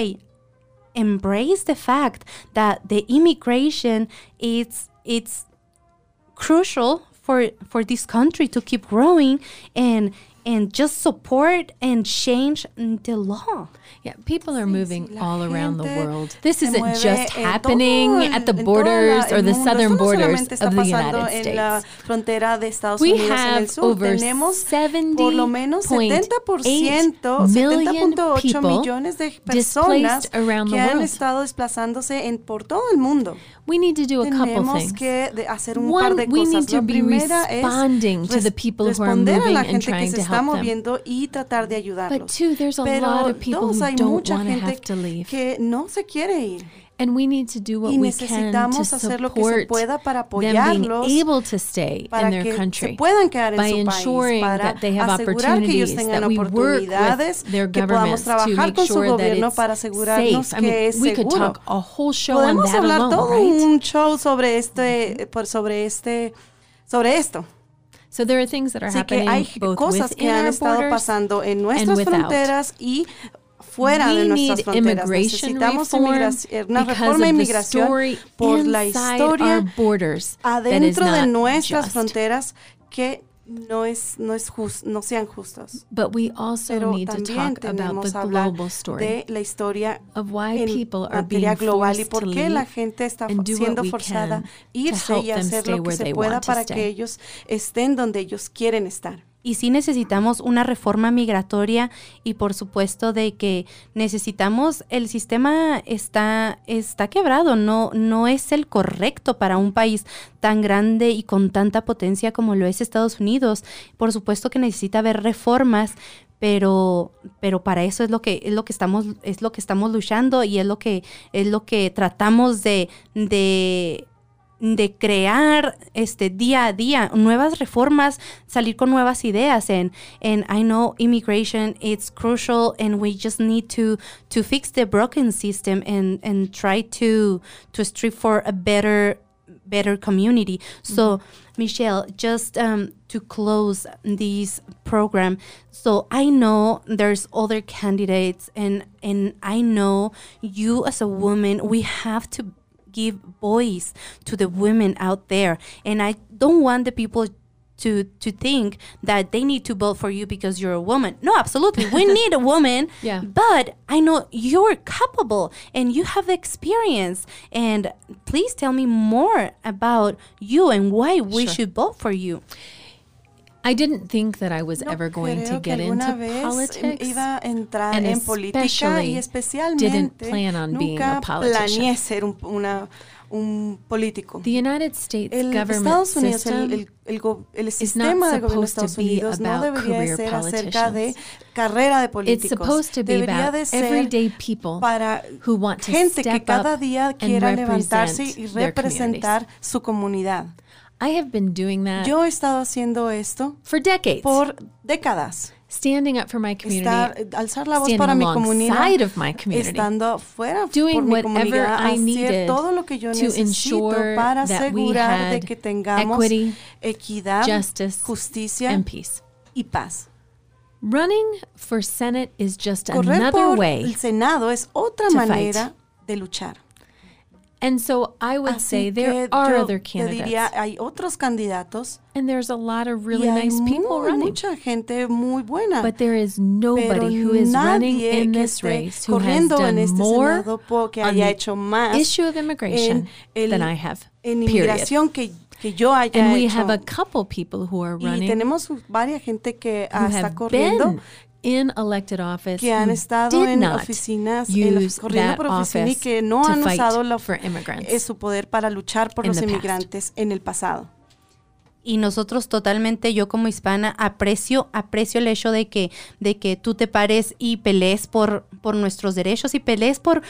[SPEAKER 1] embrace the fact that the immigration it's it's crucial for for this country to keep growing and and just support and change the law.
[SPEAKER 2] Yeah, people are moving
[SPEAKER 3] la
[SPEAKER 2] all around the
[SPEAKER 3] gente
[SPEAKER 2] world. This
[SPEAKER 3] se
[SPEAKER 2] isn't
[SPEAKER 3] mueve
[SPEAKER 2] just
[SPEAKER 3] en
[SPEAKER 2] happening
[SPEAKER 3] todo el-
[SPEAKER 2] at the
[SPEAKER 3] en toda
[SPEAKER 2] borders
[SPEAKER 3] la-
[SPEAKER 2] or
[SPEAKER 3] el
[SPEAKER 2] the
[SPEAKER 3] mundo.
[SPEAKER 2] southern
[SPEAKER 3] Esto no
[SPEAKER 2] borders
[SPEAKER 3] solamente está
[SPEAKER 2] of the
[SPEAKER 3] pasando
[SPEAKER 2] United
[SPEAKER 3] En la
[SPEAKER 2] States.
[SPEAKER 3] frontera de Estados
[SPEAKER 2] We
[SPEAKER 3] Unidos en
[SPEAKER 2] have
[SPEAKER 3] el sur
[SPEAKER 2] over
[SPEAKER 3] tenemos por lo menos 70%,
[SPEAKER 2] 70.8 million
[SPEAKER 3] 70.8
[SPEAKER 2] people
[SPEAKER 3] millones de personas
[SPEAKER 2] displaced around the
[SPEAKER 3] que han
[SPEAKER 2] world.
[SPEAKER 3] estado desplazándose en por todo el mundo.
[SPEAKER 2] We need to do a couple
[SPEAKER 3] Tenemos
[SPEAKER 2] things.
[SPEAKER 3] que eh, de- hacer un par
[SPEAKER 2] One,
[SPEAKER 3] de
[SPEAKER 2] we
[SPEAKER 3] cosas.
[SPEAKER 2] need to
[SPEAKER 3] La
[SPEAKER 2] be
[SPEAKER 3] primera es
[SPEAKER 2] responding to
[SPEAKER 3] res-
[SPEAKER 2] the people who are
[SPEAKER 3] responder a
[SPEAKER 2] moving
[SPEAKER 3] la
[SPEAKER 2] and
[SPEAKER 3] gente que
[SPEAKER 2] trying
[SPEAKER 3] se
[SPEAKER 2] to help
[SPEAKER 3] está
[SPEAKER 2] them.
[SPEAKER 3] moviendo y tratar de ayudarlos.
[SPEAKER 2] two, there's a
[SPEAKER 3] Pero
[SPEAKER 2] lot of people
[SPEAKER 3] dos,
[SPEAKER 2] who
[SPEAKER 3] hay
[SPEAKER 2] don't
[SPEAKER 3] mucha
[SPEAKER 2] wanna
[SPEAKER 3] gente
[SPEAKER 2] have to leave.
[SPEAKER 3] que no se quiere ir.
[SPEAKER 2] And we need to do what
[SPEAKER 3] Y
[SPEAKER 2] we can to
[SPEAKER 3] necesitamos hacer lo que se
[SPEAKER 2] support
[SPEAKER 3] pueda para
[SPEAKER 2] them
[SPEAKER 3] apoyarlos,
[SPEAKER 2] being able to stay
[SPEAKER 3] para
[SPEAKER 2] in their
[SPEAKER 3] que se
[SPEAKER 2] country
[SPEAKER 3] puedan quedar en
[SPEAKER 2] by
[SPEAKER 3] su país,
[SPEAKER 2] ensuring
[SPEAKER 3] para
[SPEAKER 2] that they have
[SPEAKER 3] asegurar que ellos
[SPEAKER 2] opportunities,
[SPEAKER 3] tengan
[SPEAKER 2] that we work
[SPEAKER 3] oportunidades,
[SPEAKER 2] with their
[SPEAKER 3] que podamos
[SPEAKER 2] governments to
[SPEAKER 3] trabajar
[SPEAKER 2] make
[SPEAKER 3] con su
[SPEAKER 2] sure that
[SPEAKER 3] gobierno
[SPEAKER 2] it's
[SPEAKER 3] para asegurarnos
[SPEAKER 2] safe. I mean,
[SPEAKER 3] que es
[SPEAKER 2] we could
[SPEAKER 3] seguro.
[SPEAKER 2] talk a whole show on
[SPEAKER 3] Podemos
[SPEAKER 2] that
[SPEAKER 3] hablar
[SPEAKER 2] alone,
[SPEAKER 3] todo
[SPEAKER 2] right? Mm-hmm.
[SPEAKER 3] un show sobre este, por, sobre este, sobre esto.
[SPEAKER 2] So there are things that are
[SPEAKER 3] Así que
[SPEAKER 2] happening
[SPEAKER 3] hay
[SPEAKER 2] both
[SPEAKER 3] cosas
[SPEAKER 2] within
[SPEAKER 3] que han
[SPEAKER 2] our
[SPEAKER 3] estado
[SPEAKER 2] borders
[SPEAKER 3] pasando en nuestras
[SPEAKER 2] without.
[SPEAKER 3] fronteras y fuera
[SPEAKER 2] We
[SPEAKER 3] de nuestras
[SPEAKER 2] need
[SPEAKER 3] fronteras.
[SPEAKER 2] immigration
[SPEAKER 3] Necesitamos
[SPEAKER 2] reform
[SPEAKER 3] inmigraci- una
[SPEAKER 2] because
[SPEAKER 3] reforma de
[SPEAKER 2] of the
[SPEAKER 3] inmigración
[SPEAKER 2] story
[SPEAKER 3] por la
[SPEAKER 2] inside
[SPEAKER 3] historia
[SPEAKER 2] our borders that is
[SPEAKER 3] adentro de
[SPEAKER 2] not
[SPEAKER 3] nuestras
[SPEAKER 2] just.
[SPEAKER 3] fronteras que no es no es jus- no sean justos.
[SPEAKER 2] But we also
[SPEAKER 3] Pero
[SPEAKER 2] need to
[SPEAKER 3] también
[SPEAKER 2] talk about
[SPEAKER 3] tenemos
[SPEAKER 2] the
[SPEAKER 3] que hablar
[SPEAKER 2] global story.
[SPEAKER 3] de la historia
[SPEAKER 2] of why
[SPEAKER 3] en
[SPEAKER 2] people are
[SPEAKER 3] materia
[SPEAKER 2] being
[SPEAKER 3] global
[SPEAKER 2] forced
[SPEAKER 3] y
[SPEAKER 2] to
[SPEAKER 3] por qué la
[SPEAKER 2] leave
[SPEAKER 3] gente está
[SPEAKER 2] and
[SPEAKER 3] fo-
[SPEAKER 2] do what
[SPEAKER 3] siendo
[SPEAKER 2] we
[SPEAKER 3] forzada
[SPEAKER 2] can to
[SPEAKER 3] irse
[SPEAKER 2] help
[SPEAKER 3] y
[SPEAKER 2] them
[SPEAKER 3] hacer
[SPEAKER 2] stay
[SPEAKER 3] lo que
[SPEAKER 2] where they
[SPEAKER 3] se pueda
[SPEAKER 2] want to
[SPEAKER 3] para
[SPEAKER 2] stay.
[SPEAKER 3] que ellos estén donde ellos quieren estar.
[SPEAKER 1] Y sí necesitamos una reforma migratoria y por supuesto de que necesitamos, el sistema está, está quebrado, no, no es el correcto para un país tan grande y con tanta potencia como lo es Estados Unidos. Por supuesto que necesita haber reformas, pero pero para eso es lo que es lo que estamos es lo que estamos luchando y es lo que es lo que tratamos de de de crear este día a día nuevas reformas, salir con nuevas ideas en en I know immigration it's crucial and we just need to to fix the broken system and and try to to strive for a better better community. So, Michelle, just um, to close this program, so I know there's other candidates, and and I know you as a woman, we have to give voice to the women out there, and I don't want the people. To, to think that they need to vote for you because you're a woman. No, absolutely. We need a woman.
[SPEAKER 2] Yeah.
[SPEAKER 1] But I know you're capable and you have the experience. And please tell me more about you and why we
[SPEAKER 2] Sure.
[SPEAKER 1] should vote for you.
[SPEAKER 2] I didn't think that I was
[SPEAKER 3] No
[SPEAKER 2] ever going to
[SPEAKER 3] creo que
[SPEAKER 2] get into
[SPEAKER 3] alguna vez
[SPEAKER 2] politics.
[SPEAKER 3] iba a entrar
[SPEAKER 2] and
[SPEAKER 3] en política
[SPEAKER 2] especially
[SPEAKER 3] y
[SPEAKER 2] didn't
[SPEAKER 3] especialmente
[SPEAKER 2] plan on being a
[SPEAKER 3] nunca
[SPEAKER 2] politician.
[SPEAKER 3] planeé ser un, una- un político.
[SPEAKER 2] The United States
[SPEAKER 3] El
[SPEAKER 2] government
[SPEAKER 3] Estados Unidos,
[SPEAKER 2] system
[SPEAKER 3] el, el- el go- el
[SPEAKER 2] not
[SPEAKER 3] sistema de gobierno de
[SPEAKER 2] supposed to
[SPEAKER 3] Estados
[SPEAKER 2] be
[SPEAKER 3] Unidos no
[SPEAKER 2] about
[SPEAKER 3] debería de
[SPEAKER 2] career
[SPEAKER 3] ser acerca de
[SPEAKER 2] politicians.
[SPEAKER 3] carrera de
[SPEAKER 2] It's
[SPEAKER 3] políticos.
[SPEAKER 2] supposed to be
[SPEAKER 3] Debería
[SPEAKER 2] about
[SPEAKER 3] de ser
[SPEAKER 2] everyday people
[SPEAKER 3] para
[SPEAKER 2] who want to
[SPEAKER 3] gente
[SPEAKER 2] step
[SPEAKER 3] que cada
[SPEAKER 2] up
[SPEAKER 3] día
[SPEAKER 2] and
[SPEAKER 3] quiera
[SPEAKER 2] represent
[SPEAKER 3] levantarse y
[SPEAKER 2] their
[SPEAKER 3] representar su comunidad.
[SPEAKER 2] I have been doing that
[SPEAKER 3] Yo he estado haciendo esto
[SPEAKER 2] for decades,
[SPEAKER 3] por décadas.
[SPEAKER 2] standing up for my community,
[SPEAKER 3] estar, eh, alzar la voz
[SPEAKER 2] standing
[SPEAKER 3] para mi comunidad,
[SPEAKER 2] alongside of my community.
[SPEAKER 3] estando fuera por
[SPEAKER 2] doing
[SPEAKER 3] mi
[SPEAKER 2] whatever
[SPEAKER 3] comunidad,
[SPEAKER 2] I
[SPEAKER 3] hacer
[SPEAKER 2] needed
[SPEAKER 3] todo lo que yo
[SPEAKER 2] to
[SPEAKER 3] necesito
[SPEAKER 2] ensure
[SPEAKER 3] para
[SPEAKER 2] that we
[SPEAKER 3] asegurar de
[SPEAKER 2] had
[SPEAKER 3] que tengamos
[SPEAKER 2] equity,
[SPEAKER 3] equidad,
[SPEAKER 2] justice,
[SPEAKER 3] justicia
[SPEAKER 2] and peace.
[SPEAKER 3] y paz.
[SPEAKER 2] Running for Senate is just
[SPEAKER 3] Correr
[SPEAKER 2] another
[SPEAKER 3] por
[SPEAKER 2] way
[SPEAKER 3] el Senado es otra
[SPEAKER 2] to fight.
[SPEAKER 3] manera de luchar.
[SPEAKER 2] And so I would say
[SPEAKER 3] Así
[SPEAKER 2] there
[SPEAKER 3] que
[SPEAKER 2] are
[SPEAKER 3] yo
[SPEAKER 2] other
[SPEAKER 3] te diría,
[SPEAKER 2] candidates.
[SPEAKER 3] hay otros candidatos
[SPEAKER 2] And there's a lot of really
[SPEAKER 3] y hay
[SPEAKER 2] nice people
[SPEAKER 3] muy-
[SPEAKER 2] running.
[SPEAKER 3] mucha gente muy buena.
[SPEAKER 2] But there is
[SPEAKER 3] pero
[SPEAKER 2] nobody who is running
[SPEAKER 3] nadie
[SPEAKER 2] in
[SPEAKER 3] que
[SPEAKER 2] this
[SPEAKER 3] esté
[SPEAKER 2] race who has
[SPEAKER 3] corriendo en
[SPEAKER 2] done
[SPEAKER 3] este
[SPEAKER 2] more
[SPEAKER 3] Senado po- que
[SPEAKER 2] on
[SPEAKER 3] haya
[SPEAKER 2] the
[SPEAKER 3] hecho más
[SPEAKER 2] issue of immigration
[SPEAKER 3] en el-
[SPEAKER 2] than I have.
[SPEAKER 3] en
[SPEAKER 2] Period.
[SPEAKER 3] inmigración que, que yo haya
[SPEAKER 2] And we
[SPEAKER 3] hecho.
[SPEAKER 2] have a couple people who are
[SPEAKER 3] y
[SPEAKER 2] running
[SPEAKER 3] tenemos varias gente que ah,
[SPEAKER 2] who
[SPEAKER 3] está
[SPEAKER 2] have
[SPEAKER 3] corriendo
[SPEAKER 2] been in elected office
[SPEAKER 3] que han
[SPEAKER 2] who
[SPEAKER 3] estado
[SPEAKER 2] did
[SPEAKER 3] en
[SPEAKER 2] not
[SPEAKER 3] oficinas, en la-
[SPEAKER 2] use
[SPEAKER 3] corriendo
[SPEAKER 2] that
[SPEAKER 3] por oficina y
[SPEAKER 2] office
[SPEAKER 3] que no
[SPEAKER 2] to
[SPEAKER 3] han
[SPEAKER 2] fight
[SPEAKER 3] usado la-
[SPEAKER 2] for immigrants.
[SPEAKER 3] eh, su poder para luchar por
[SPEAKER 2] in
[SPEAKER 3] los
[SPEAKER 2] the past.
[SPEAKER 3] inmigrantes en el pasado.
[SPEAKER 1] y nosotros totalmente, yo como hispana, aprecio, aprecio el hecho de que, de que tú te pares y pelees por, por nuestros derechos y pelees por,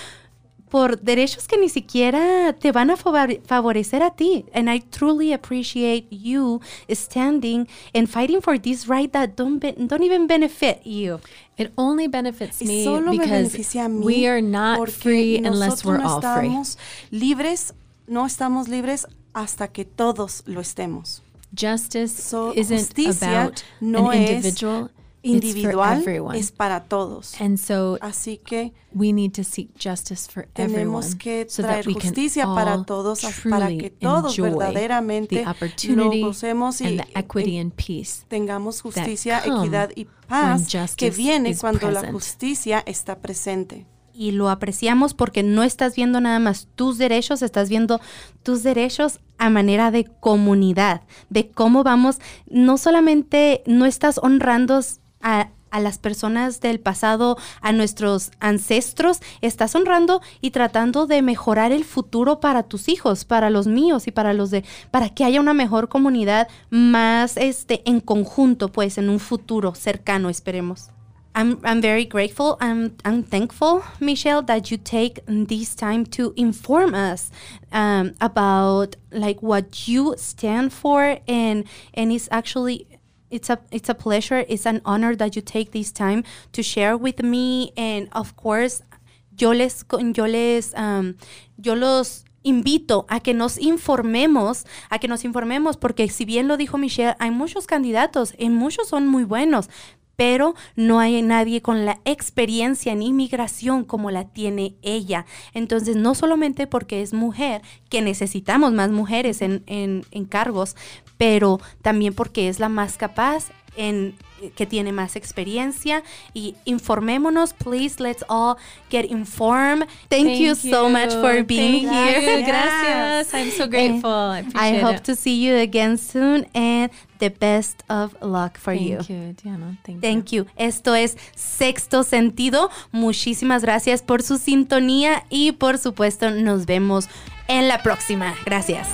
[SPEAKER 1] por derechos que ni siquiera te van a favor- favorecer a ti. And I truly appreciate you standing and fighting for this right that don't, be- don't even benefit you.
[SPEAKER 2] It only benefits
[SPEAKER 3] Y
[SPEAKER 2] me
[SPEAKER 3] solo me
[SPEAKER 2] because
[SPEAKER 3] beneficia a mí
[SPEAKER 2] we are not
[SPEAKER 3] porque
[SPEAKER 2] free unless
[SPEAKER 3] nosotros
[SPEAKER 2] we're
[SPEAKER 3] no
[SPEAKER 2] all free.
[SPEAKER 3] estamos libres, no estamos libres hasta que todos lo estemos.
[SPEAKER 2] Justice
[SPEAKER 3] So,
[SPEAKER 2] isn't
[SPEAKER 3] justicia
[SPEAKER 2] about
[SPEAKER 3] no
[SPEAKER 2] an
[SPEAKER 3] es
[SPEAKER 2] individual,
[SPEAKER 3] Individual
[SPEAKER 2] it's for everyone.
[SPEAKER 3] es para todos.
[SPEAKER 2] and so
[SPEAKER 3] Así que
[SPEAKER 2] we need to seek justice for everyone
[SPEAKER 3] tenemos que
[SPEAKER 2] so
[SPEAKER 3] traer
[SPEAKER 2] that we can
[SPEAKER 3] justicia
[SPEAKER 2] all
[SPEAKER 3] para todos, as- para
[SPEAKER 2] truly
[SPEAKER 3] que todos
[SPEAKER 2] enjoy
[SPEAKER 3] verdaderamente
[SPEAKER 2] the
[SPEAKER 3] lo
[SPEAKER 2] opportunity
[SPEAKER 3] gocemos y-
[SPEAKER 2] and the equity
[SPEAKER 3] y-
[SPEAKER 2] and peace.
[SPEAKER 3] tengamos justicia,
[SPEAKER 2] come
[SPEAKER 3] equidad y
[SPEAKER 2] when
[SPEAKER 3] paz
[SPEAKER 2] justice
[SPEAKER 3] que viene
[SPEAKER 2] is
[SPEAKER 3] cuando la
[SPEAKER 2] present.
[SPEAKER 3] justicia está presente.
[SPEAKER 1] y lo apreciamos porque no estás viendo nada más tus derechos, estás viendo tus derechos a manera de comunidad, de cómo vamos, no solamente no estás honrando a, a las personas del pasado, a nuestros ancestros, estás honrando y tratando de mejorar el futuro para tus hijos, para los míos y para los de, para que haya una mejor comunidad más este en conjunto, pues en un futuro cercano, esperemos. I'm, I'm very grateful. I'm, I'm thankful, Michelle, that you take this time to inform us um, about like what you stand for, and and it's actually it's a it's a pleasure. It's an honor that you take this time to share with me, and of course, yo les con- yo les um, yo los invito a que nos informemos, a que nos informemos, porque si bien lo dijo Michelle, hay muchos candidatos y muchos son muy buenos, pero no hay nadie con la experiencia en inmigración como la tiene ella. Entonces, no solamente porque es mujer, que necesitamos más mujeres en, en- en cargos, pero también porque es la más capaz, en, que tiene más experiencia. Y informémonos, please, let's all get informed. Thank, you, so much for being
[SPEAKER 2] Thank
[SPEAKER 1] here.
[SPEAKER 2] you. Gracias. I'm so grateful.
[SPEAKER 1] I
[SPEAKER 2] I appreciate
[SPEAKER 1] hope
[SPEAKER 2] it.
[SPEAKER 1] to see you again soon and the best of luck for you.
[SPEAKER 2] Thank you, Diana. Thank, you.
[SPEAKER 1] Thank you. Esto es Sexto Sentido. Muchísimas gracias por su sintonía y por supuesto nos vemos en la próxima. Gracias.